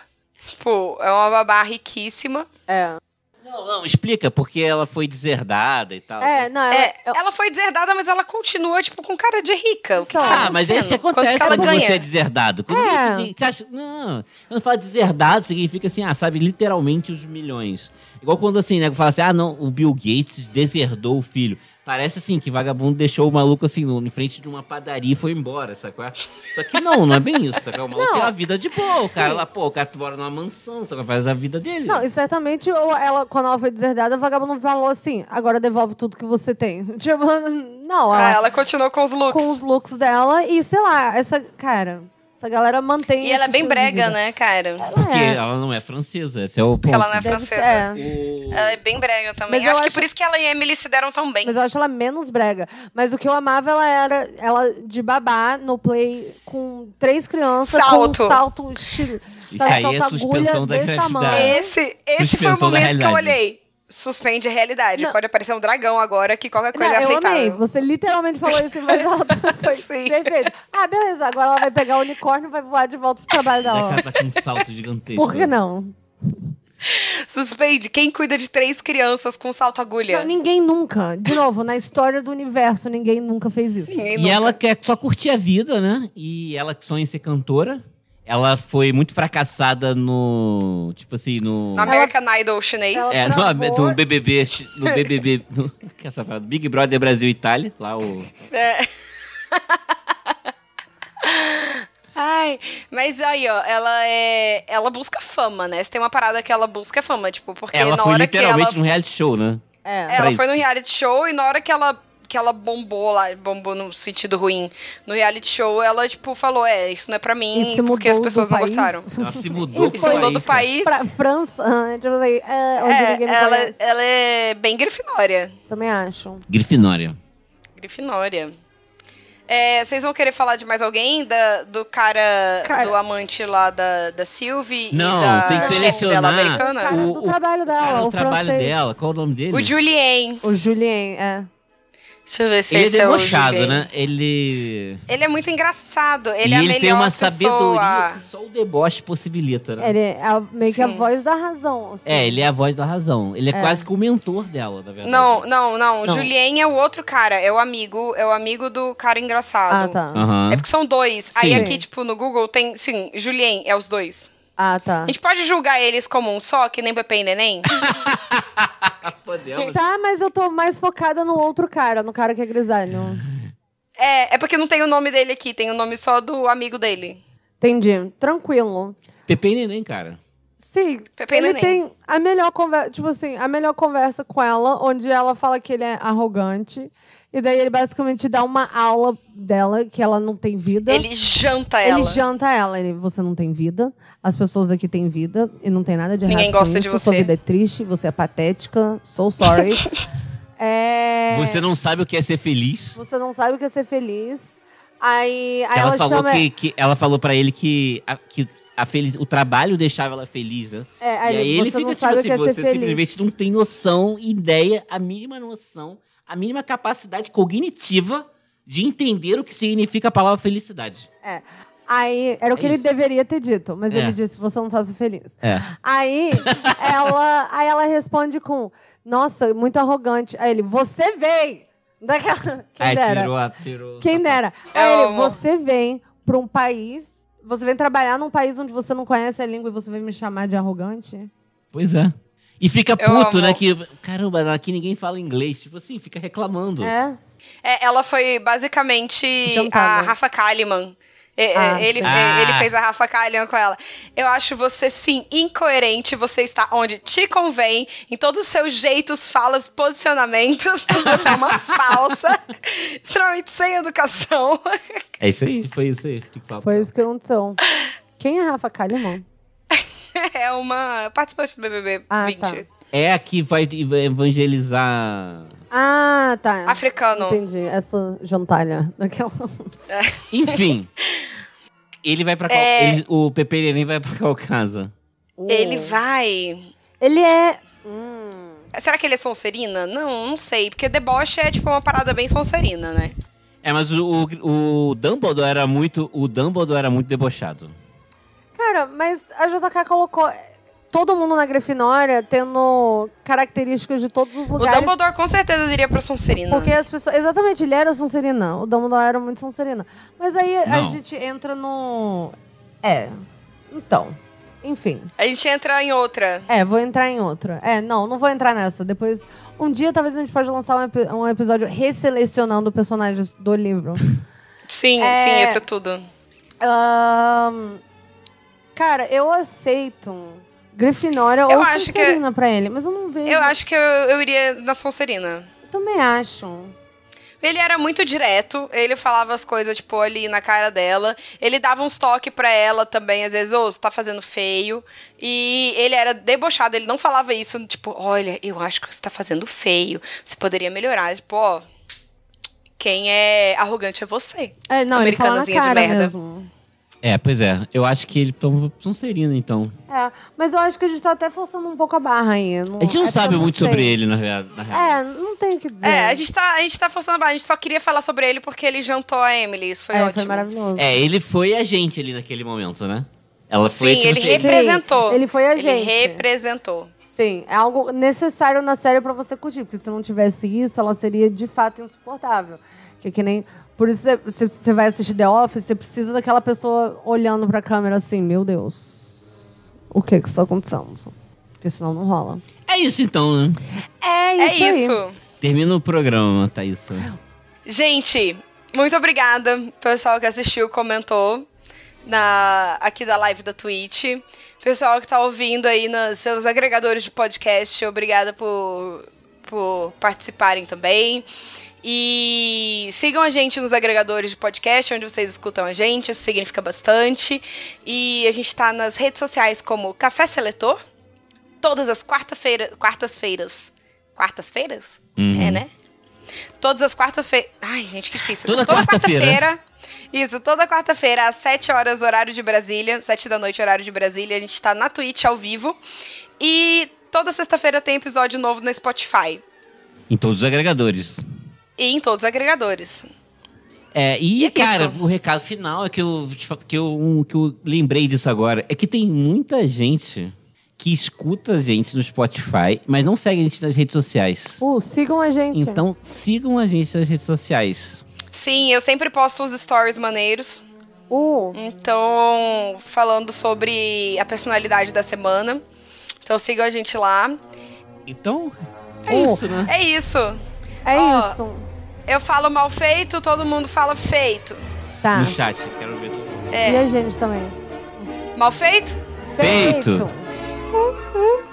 [SPEAKER 4] Tipo, é uma babá riquíssima.
[SPEAKER 1] É.
[SPEAKER 3] Não, não, explica porque ela foi deserdada e tal.
[SPEAKER 1] É, não, ela,
[SPEAKER 4] É,
[SPEAKER 1] eu-
[SPEAKER 4] ela foi deserdada, mas ela continua, tipo, com cara de rica. O que
[SPEAKER 1] Então.
[SPEAKER 4] tá
[SPEAKER 3] Ah, mas é isso que
[SPEAKER 4] acontecendo? Quanto
[SPEAKER 3] acontece
[SPEAKER 4] que ela
[SPEAKER 3] quando
[SPEAKER 4] ganha?
[SPEAKER 3] você é deserdado. Quando
[SPEAKER 1] É.
[SPEAKER 3] você, você acha, não, quando fala deserdado, significa assim, ah, sabe, literalmente os milhões. Igual quando assim, né, fala assim, ah, não, o Bill Gates deserdou o filho. Parece assim que vagabundo deixou o maluco assim no- em frente de uma padaria e foi embora, sacou? Só que não, não é bem isso, sacou? O maluco
[SPEAKER 1] Não.
[SPEAKER 3] tem uma vida de boa, o cara lá, pô, o cara mora numa mansão, sacou? Faz a vida dele.
[SPEAKER 1] Não, e certamente ou ela, quando ela foi deserdada, a vagabundo falou assim: agora devolve tudo que você tem. Tipo, não,
[SPEAKER 4] Ah,
[SPEAKER 1] ela,
[SPEAKER 4] ela continuou com os looks.
[SPEAKER 1] com os looks dela e sei lá, essa. Cara, essa galera mantém.
[SPEAKER 4] E ela é
[SPEAKER 1] esse
[SPEAKER 4] bem
[SPEAKER 1] estilo de
[SPEAKER 4] brega,
[SPEAKER 1] vida.
[SPEAKER 4] né, cara?
[SPEAKER 3] porque
[SPEAKER 1] é.
[SPEAKER 3] ela não é francesa, esse é o ponto.
[SPEAKER 4] ela não é
[SPEAKER 1] Deve
[SPEAKER 4] francesa.
[SPEAKER 1] ser- é.
[SPEAKER 3] O-
[SPEAKER 4] Ela é bem brega também.
[SPEAKER 1] Mas
[SPEAKER 4] acho,
[SPEAKER 1] eu
[SPEAKER 4] que
[SPEAKER 1] acho-
[SPEAKER 4] por isso que ela e a Emily se deram tão bem.
[SPEAKER 1] Mas eu acho ela menos brega. Mas o que eu amava, ela era ela de babá no play com três crianças, com
[SPEAKER 4] Salto.
[SPEAKER 1] um salto estilo.
[SPEAKER 3] Isso
[SPEAKER 1] sabe,
[SPEAKER 3] aí é
[SPEAKER 1] salto agulha
[SPEAKER 3] suspensão da
[SPEAKER 1] desse
[SPEAKER 3] gravidade.
[SPEAKER 1] tamanho.
[SPEAKER 4] Esse, esse foi
[SPEAKER 3] Suspensão
[SPEAKER 4] o
[SPEAKER 3] da
[SPEAKER 4] momento que eu
[SPEAKER 3] realidade.
[SPEAKER 4] olhei. Suspende a realidade.
[SPEAKER 1] Não.
[SPEAKER 4] Pode aparecer um dragão agora, que qualquer coisa é
[SPEAKER 1] Não, eu amei.
[SPEAKER 4] aceitável.
[SPEAKER 1] Você literalmente falou isso em voz alta. Foi
[SPEAKER 4] Sim.
[SPEAKER 1] perfeito. Ah, beleza. Agora ela vai pegar o unicórnio e vai voar de volta pro trabalho
[SPEAKER 3] Já
[SPEAKER 1] dela.
[SPEAKER 3] acaba com um salto gigantesco.
[SPEAKER 1] Por que não?
[SPEAKER 4] Suspende, quem cuida de três crianças com salto agulha?
[SPEAKER 1] Não, Ninguém nunca. De novo, na história do universo, ninguém nunca fez isso.
[SPEAKER 4] Ninguém
[SPEAKER 3] E
[SPEAKER 4] nunca.
[SPEAKER 3] ela quer só curtir a vida, né? E ela que sonha em ser cantora. Ela foi muito fracassada no. Tipo assim, no.
[SPEAKER 4] No American Idol chinês.
[SPEAKER 1] Ela-
[SPEAKER 3] É, no,
[SPEAKER 1] Travou.
[SPEAKER 3] no BBB. No BBB. No, que é essa parada? Big Brother Brasil e Itália. Lá o.
[SPEAKER 4] É. Ai, mas aí, ó, ela é. Ela busca fama, né? Se tem uma parada que ela busca é fama, tipo, porque
[SPEAKER 3] Ela
[SPEAKER 4] na
[SPEAKER 3] foi
[SPEAKER 4] hora que ela.
[SPEAKER 3] literalmente num reality show, né?
[SPEAKER 1] É.
[SPEAKER 4] Ela
[SPEAKER 3] pra
[SPEAKER 4] foi
[SPEAKER 3] isso.
[SPEAKER 4] no reality show e na hora que ela. Que ela bombou lá, bombou no sentido ruim. No reality show, ela, tipo, falou: É, isso não é pra mim,
[SPEAKER 1] E se mudou
[SPEAKER 4] porque as pessoas
[SPEAKER 1] do
[SPEAKER 4] não
[SPEAKER 1] país.
[SPEAKER 4] gostaram.
[SPEAKER 3] Ela se mudou
[SPEAKER 1] E
[SPEAKER 3] pro
[SPEAKER 4] E se mudou do
[SPEAKER 3] cara.
[SPEAKER 4] país.
[SPEAKER 1] Pra França, ah, tipo assim, é, onde
[SPEAKER 4] É,
[SPEAKER 1] ninguém me
[SPEAKER 4] ela, é-
[SPEAKER 1] conhece.
[SPEAKER 4] ela é bem grifinória.
[SPEAKER 1] Também acho.
[SPEAKER 3] Grifinória.
[SPEAKER 4] Grifinória. É, vocês vão querer falar de mais alguém? Da- do cara,
[SPEAKER 1] Cara.
[SPEAKER 4] do amante lá da, da Sylvie?
[SPEAKER 3] Não,
[SPEAKER 4] e da
[SPEAKER 3] tem que
[SPEAKER 4] chefe dela
[SPEAKER 3] selecionar
[SPEAKER 1] O cara
[SPEAKER 4] americana?
[SPEAKER 1] do trabalho dela,
[SPEAKER 3] cara do
[SPEAKER 1] o
[SPEAKER 3] trabalho
[SPEAKER 1] francês.
[SPEAKER 3] dela. Qual o nome dele?
[SPEAKER 4] O Julien.
[SPEAKER 1] O Julien, é.
[SPEAKER 4] Deixa eu ver se
[SPEAKER 3] Ele é
[SPEAKER 4] esse é o
[SPEAKER 3] debochado,
[SPEAKER 4] Julien.
[SPEAKER 3] né? Ele.
[SPEAKER 4] Ele é muito engraçado. Ele
[SPEAKER 3] e
[SPEAKER 4] é a
[SPEAKER 3] ele
[SPEAKER 4] melhor
[SPEAKER 3] tem uma
[SPEAKER 4] pessoa.
[SPEAKER 3] sabedoria que só o deboche possibilita, né?
[SPEAKER 1] Ele é a- meio que a
[SPEAKER 4] Sim.
[SPEAKER 1] voz da razão. assim.
[SPEAKER 3] É, ele é a voz da razão. Ele é,
[SPEAKER 1] É.
[SPEAKER 3] quase que o mentor dela, na verdade.
[SPEAKER 4] Não, não, não.
[SPEAKER 1] Não.
[SPEAKER 4] O Julien é o outro cara. É o amigo. É o amigo do cara engraçado.
[SPEAKER 1] Ah, tá.
[SPEAKER 3] Aham.
[SPEAKER 4] É porque são dois. Aí
[SPEAKER 3] Sim.
[SPEAKER 4] aqui, tipo, no Google tem. Sim, Julien é os dois.
[SPEAKER 1] Ah, tá.
[SPEAKER 4] A gente pode julgar eles como um só, que nem Pepe e Neném?
[SPEAKER 3] Podemos.
[SPEAKER 1] Tá, mas eu tô mais focada no outro cara, no cara que é grisalho.
[SPEAKER 4] É, é porque não tem o nome dele aqui, tem o nome só do amigo dele.
[SPEAKER 1] Entendi. Tranquilo.
[SPEAKER 3] Pepe e Neném, cara.
[SPEAKER 1] Sim,
[SPEAKER 4] Pepe
[SPEAKER 1] ele
[SPEAKER 4] Neném.
[SPEAKER 1] tem a melhor conversa, tipo assim, a melhor conversa com ela, onde ela fala que ele é arrogante. E daí ele basicamente dá uma aula dela, que ela não tem vida.
[SPEAKER 4] Ele janta
[SPEAKER 1] Ele
[SPEAKER 4] ela.
[SPEAKER 1] janta ela, ele, você não tem vida. As pessoas aqui têm vida e não tem nada de errado.
[SPEAKER 4] Ninguém
[SPEAKER 1] com
[SPEAKER 4] gosta de
[SPEAKER 1] isso, Sua
[SPEAKER 4] você.
[SPEAKER 1] vida é triste, você é patética. So sorry. é...
[SPEAKER 3] Você não sabe o que é ser feliz.
[SPEAKER 1] você não sabe o que é ser feliz. Aí, aí
[SPEAKER 3] ela,
[SPEAKER 1] ela,
[SPEAKER 3] falou
[SPEAKER 1] chama.
[SPEAKER 3] que, que ela falou pra ele que, a, que a feliz, o trabalho deixava ela feliz, né?
[SPEAKER 1] É, aí
[SPEAKER 3] e aí
[SPEAKER 1] você
[SPEAKER 3] ele fica
[SPEAKER 1] não
[SPEAKER 3] tipo
[SPEAKER 1] sabe
[SPEAKER 3] assim,
[SPEAKER 1] o que é
[SPEAKER 3] você
[SPEAKER 1] ser feliz.
[SPEAKER 3] simplesmente não tem noção, ideia, a mínima noção, a mínima capacidade cognitiva de entender o que significa a palavra felicidade.
[SPEAKER 1] Aí era o
[SPEAKER 3] É
[SPEAKER 1] que ele
[SPEAKER 3] isso.
[SPEAKER 1] deveria ter dito, mas
[SPEAKER 3] É.
[SPEAKER 1] ele disse: você não sabe ser feliz.
[SPEAKER 3] É.
[SPEAKER 1] Aí ela, aí ela responde com: Nossa, muito arrogante. Aí ele, você vem! Daquela... Quem
[SPEAKER 3] Aí
[SPEAKER 1] dera.
[SPEAKER 3] tirou, a- tirou.
[SPEAKER 1] Quem dera.
[SPEAKER 4] É,
[SPEAKER 1] Aí ele,
[SPEAKER 4] amor.
[SPEAKER 1] você vem pra um país. Você vem trabalhar num país onde você não conhece a língua e você vem me chamar de arrogante?
[SPEAKER 3] Pois é. E fica
[SPEAKER 4] Eu
[SPEAKER 3] puto,
[SPEAKER 4] amo.
[SPEAKER 3] né? Que, caramba, aqui ninguém fala inglês. Tipo assim, fica reclamando.
[SPEAKER 1] É.
[SPEAKER 4] É, ela foi basicamente
[SPEAKER 1] Jantada.
[SPEAKER 4] a Rafa Kalimann. É, é,
[SPEAKER 1] Ah,
[SPEAKER 4] ele,
[SPEAKER 1] sim.
[SPEAKER 4] é, ele
[SPEAKER 3] Ah.
[SPEAKER 4] fez a Rafa Kalimann com ela. Eu acho você, sim, incoerente. Você está onde te convém, em todos os seus jeitos, falas, posicionamentos. Você é uma falsa, extremamente sem educação.
[SPEAKER 3] É isso aí, foi isso aí. que fala.
[SPEAKER 1] Foi isso que aconteceu. Quem é a Rafa Kalimann?
[SPEAKER 4] É uma participante do BBB
[SPEAKER 1] Ah,
[SPEAKER 4] 20.
[SPEAKER 1] tá.
[SPEAKER 3] É a que vai evangelizar.
[SPEAKER 1] Ah, tá.
[SPEAKER 4] Africano.
[SPEAKER 1] Entendi. Essa jantalha. Daquela...
[SPEAKER 3] Enfim. ele vai pra qual...
[SPEAKER 4] É.
[SPEAKER 3] ele- o Pepe Neném vai pra qual casa?
[SPEAKER 4] Ele vai.
[SPEAKER 1] Ele é. Hum.
[SPEAKER 4] Será que ele é Sonserina? Não, não sei. Porque deboche é, tipo, uma parada bem Sonserina, né?
[SPEAKER 3] É, mas o, o, o Dumbledore era muito. O Dumbledore era muito debochado.
[SPEAKER 1] Cara, mas a JK colocou todo mundo na Grifinória tendo características de todos os
[SPEAKER 4] O
[SPEAKER 1] lugares.
[SPEAKER 4] Dumbledore com certeza iria pra Sonserina.
[SPEAKER 1] Porque as pessoas. Exatamente, ele era Sonserina. O Dumbledore era muito Sonserina. Mas aí a
[SPEAKER 3] Não.
[SPEAKER 1] gente entra no. É. Então. Enfim.
[SPEAKER 4] A gente entra em outra.
[SPEAKER 1] É, vou entrar em outra. É, não, não vou entrar nessa. Depois. Um dia talvez a gente pode lançar um, epi- um episódio resselecionando personagens do livro.
[SPEAKER 4] Sim,
[SPEAKER 1] É.
[SPEAKER 4] sim, isso é tudo.
[SPEAKER 1] Ahn, cara, eu aceito. um Grifinória
[SPEAKER 4] Eu
[SPEAKER 1] ou
[SPEAKER 4] acho é
[SPEAKER 1] Sonserina pra ele, mas eu não vejo.
[SPEAKER 4] Eu acho que eu, eu iria na Sonserina.
[SPEAKER 1] também acho.
[SPEAKER 4] Ele era muito direto, ele falava as coisas, tipo, ali na cara dela. Ele dava uns toques pra ela também, às vezes, ô, você tá fazendo feio. E ele era debochado, ele não falava isso, tipo, olha, eu acho que você tá fazendo feio, você poderia melhorar. Tipo, ó, quem é arrogante é você.
[SPEAKER 1] É, não, ele fala na
[SPEAKER 4] Americanazinha de
[SPEAKER 1] cara
[SPEAKER 4] merda.
[SPEAKER 1] mesmo.
[SPEAKER 3] É, pois é. Eu acho que ele tomou Sonserina, então.
[SPEAKER 1] É, mas eu acho que a gente tá até forçando um pouco a barra aí. Não, é
[SPEAKER 3] A gente não
[SPEAKER 1] porque eu
[SPEAKER 3] sabe muito
[SPEAKER 1] sei.
[SPEAKER 3] sobre ele, na real. na real.
[SPEAKER 1] É, não tem o que dizer.
[SPEAKER 4] É, a gente, tá, a gente tá forçando a barra, a gente só queria falar sobre ele porque ele jantou a Emily, isso foi
[SPEAKER 1] É,
[SPEAKER 4] ótimo.
[SPEAKER 1] foi maravilhoso.
[SPEAKER 3] É, ele foi a gente ali naquele momento, né? Ela foi
[SPEAKER 4] Sim,
[SPEAKER 3] tipo
[SPEAKER 4] ele
[SPEAKER 3] assim,
[SPEAKER 1] Sim,
[SPEAKER 4] representou.
[SPEAKER 1] ele foi a
[SPEAKER 4] Ele
[SPEAKER 1] gente.
[SPEAKER 4] representou.
[SPEAKER 1] Sim, é algo necessário na série pra você curtir, porque se não tivesse isso, ela seria de fato insuportável. Que é que nem. Por isso você- você você vai assistir The Office, você precisa daquela pessoa olhando pra câmera assim, meu Deus. O que que está acontecendo? Porque senão não rola.
[SPEAKER 3] É isso então, né?
[SPEAKER 1] É
[SPEAKER 4] É
[SPEAKER 1] isso. aí.
[SPEAKER 4] isso.
[SPEAKER 3] Termina o programa, Thaís.
[SPEAKER 4] Gente, muito obrigada, pessoal que assistiu, comentou na aqui da live da Twitch. Pessoal que tá ouvindo aí nos seus agregadores de podcast, obrigada por, por participarem também. E sigam a gente nos agregadores de podcast, onde vocês escutam a gente, isso significa bastante. E a gente tá nas redes sociais como Café Seletor, todas as quarta-feira, quartas-feiras. Quartas-feiras?
[SPEAKER 3] Uhum.
[SPEAKER 4] É, né? Todas as quarta-feiras. Ai, gente, que difícil.
[SPEAKER 3] Toda quarta-feira. né?
[SPEAKER 4] Isso, toda quarta-feira, às 7 horas, horário de Brasília. 7 da noite, horário de Brasília. A gente tá na Twitch ao vivo. E toda sexta-feira tem episódio novo no Spotify.
[SPEAKER 3] Em todos os agregadores.
[SPEAKER 4] E em todos os agregadores.
[SPEAKER 3] É, e,
[SPEAKER 4] E é
[SPEAKER 3] cara,
[SPEAKER 4] isso.
[SPEAKER 3] o recado final é que eu, te fa- que, eu, um- que eu lembrei disso agora. É que tem muita gente que escuta a gente no Spotify, mas não segue a gente nas redes sociais.
[SPEAKER 1] Uh, sigam a gente.
[SPEAKER 3] Então sigam a gente nas redes sociais.
[SPEAKER 4] Sim, eu sempre posto uns stories maneiros.
[SPEAKER 1] Uh,
[SPEAKER 4] Então, falando sobre a personalidade da semana. Então sigam a gente lá.
[SPEAKER 3] Então, é
[SPEAKER 1] Oh.
[SPEAKER 3] isso, né?
[SPEAKER 4] É isso.
[SPEAKER 1] é
[SPEAKER 4] Ó,
[SPEAKER 1] isso.
[SPEAKER 4] Eu falo mal feito, todo mundo fala feito.
[SPEAKER 1] Tá.
[SPEAKER 3] No chat, quero ver todo mundo.
[SPEAKER 1] E a gente também.
[SPEAKER 4] Mal feito?
[SPEAKER 3] Feito.
[SPEAKER 1] Feito.
[SPEAKER 4] Uhul.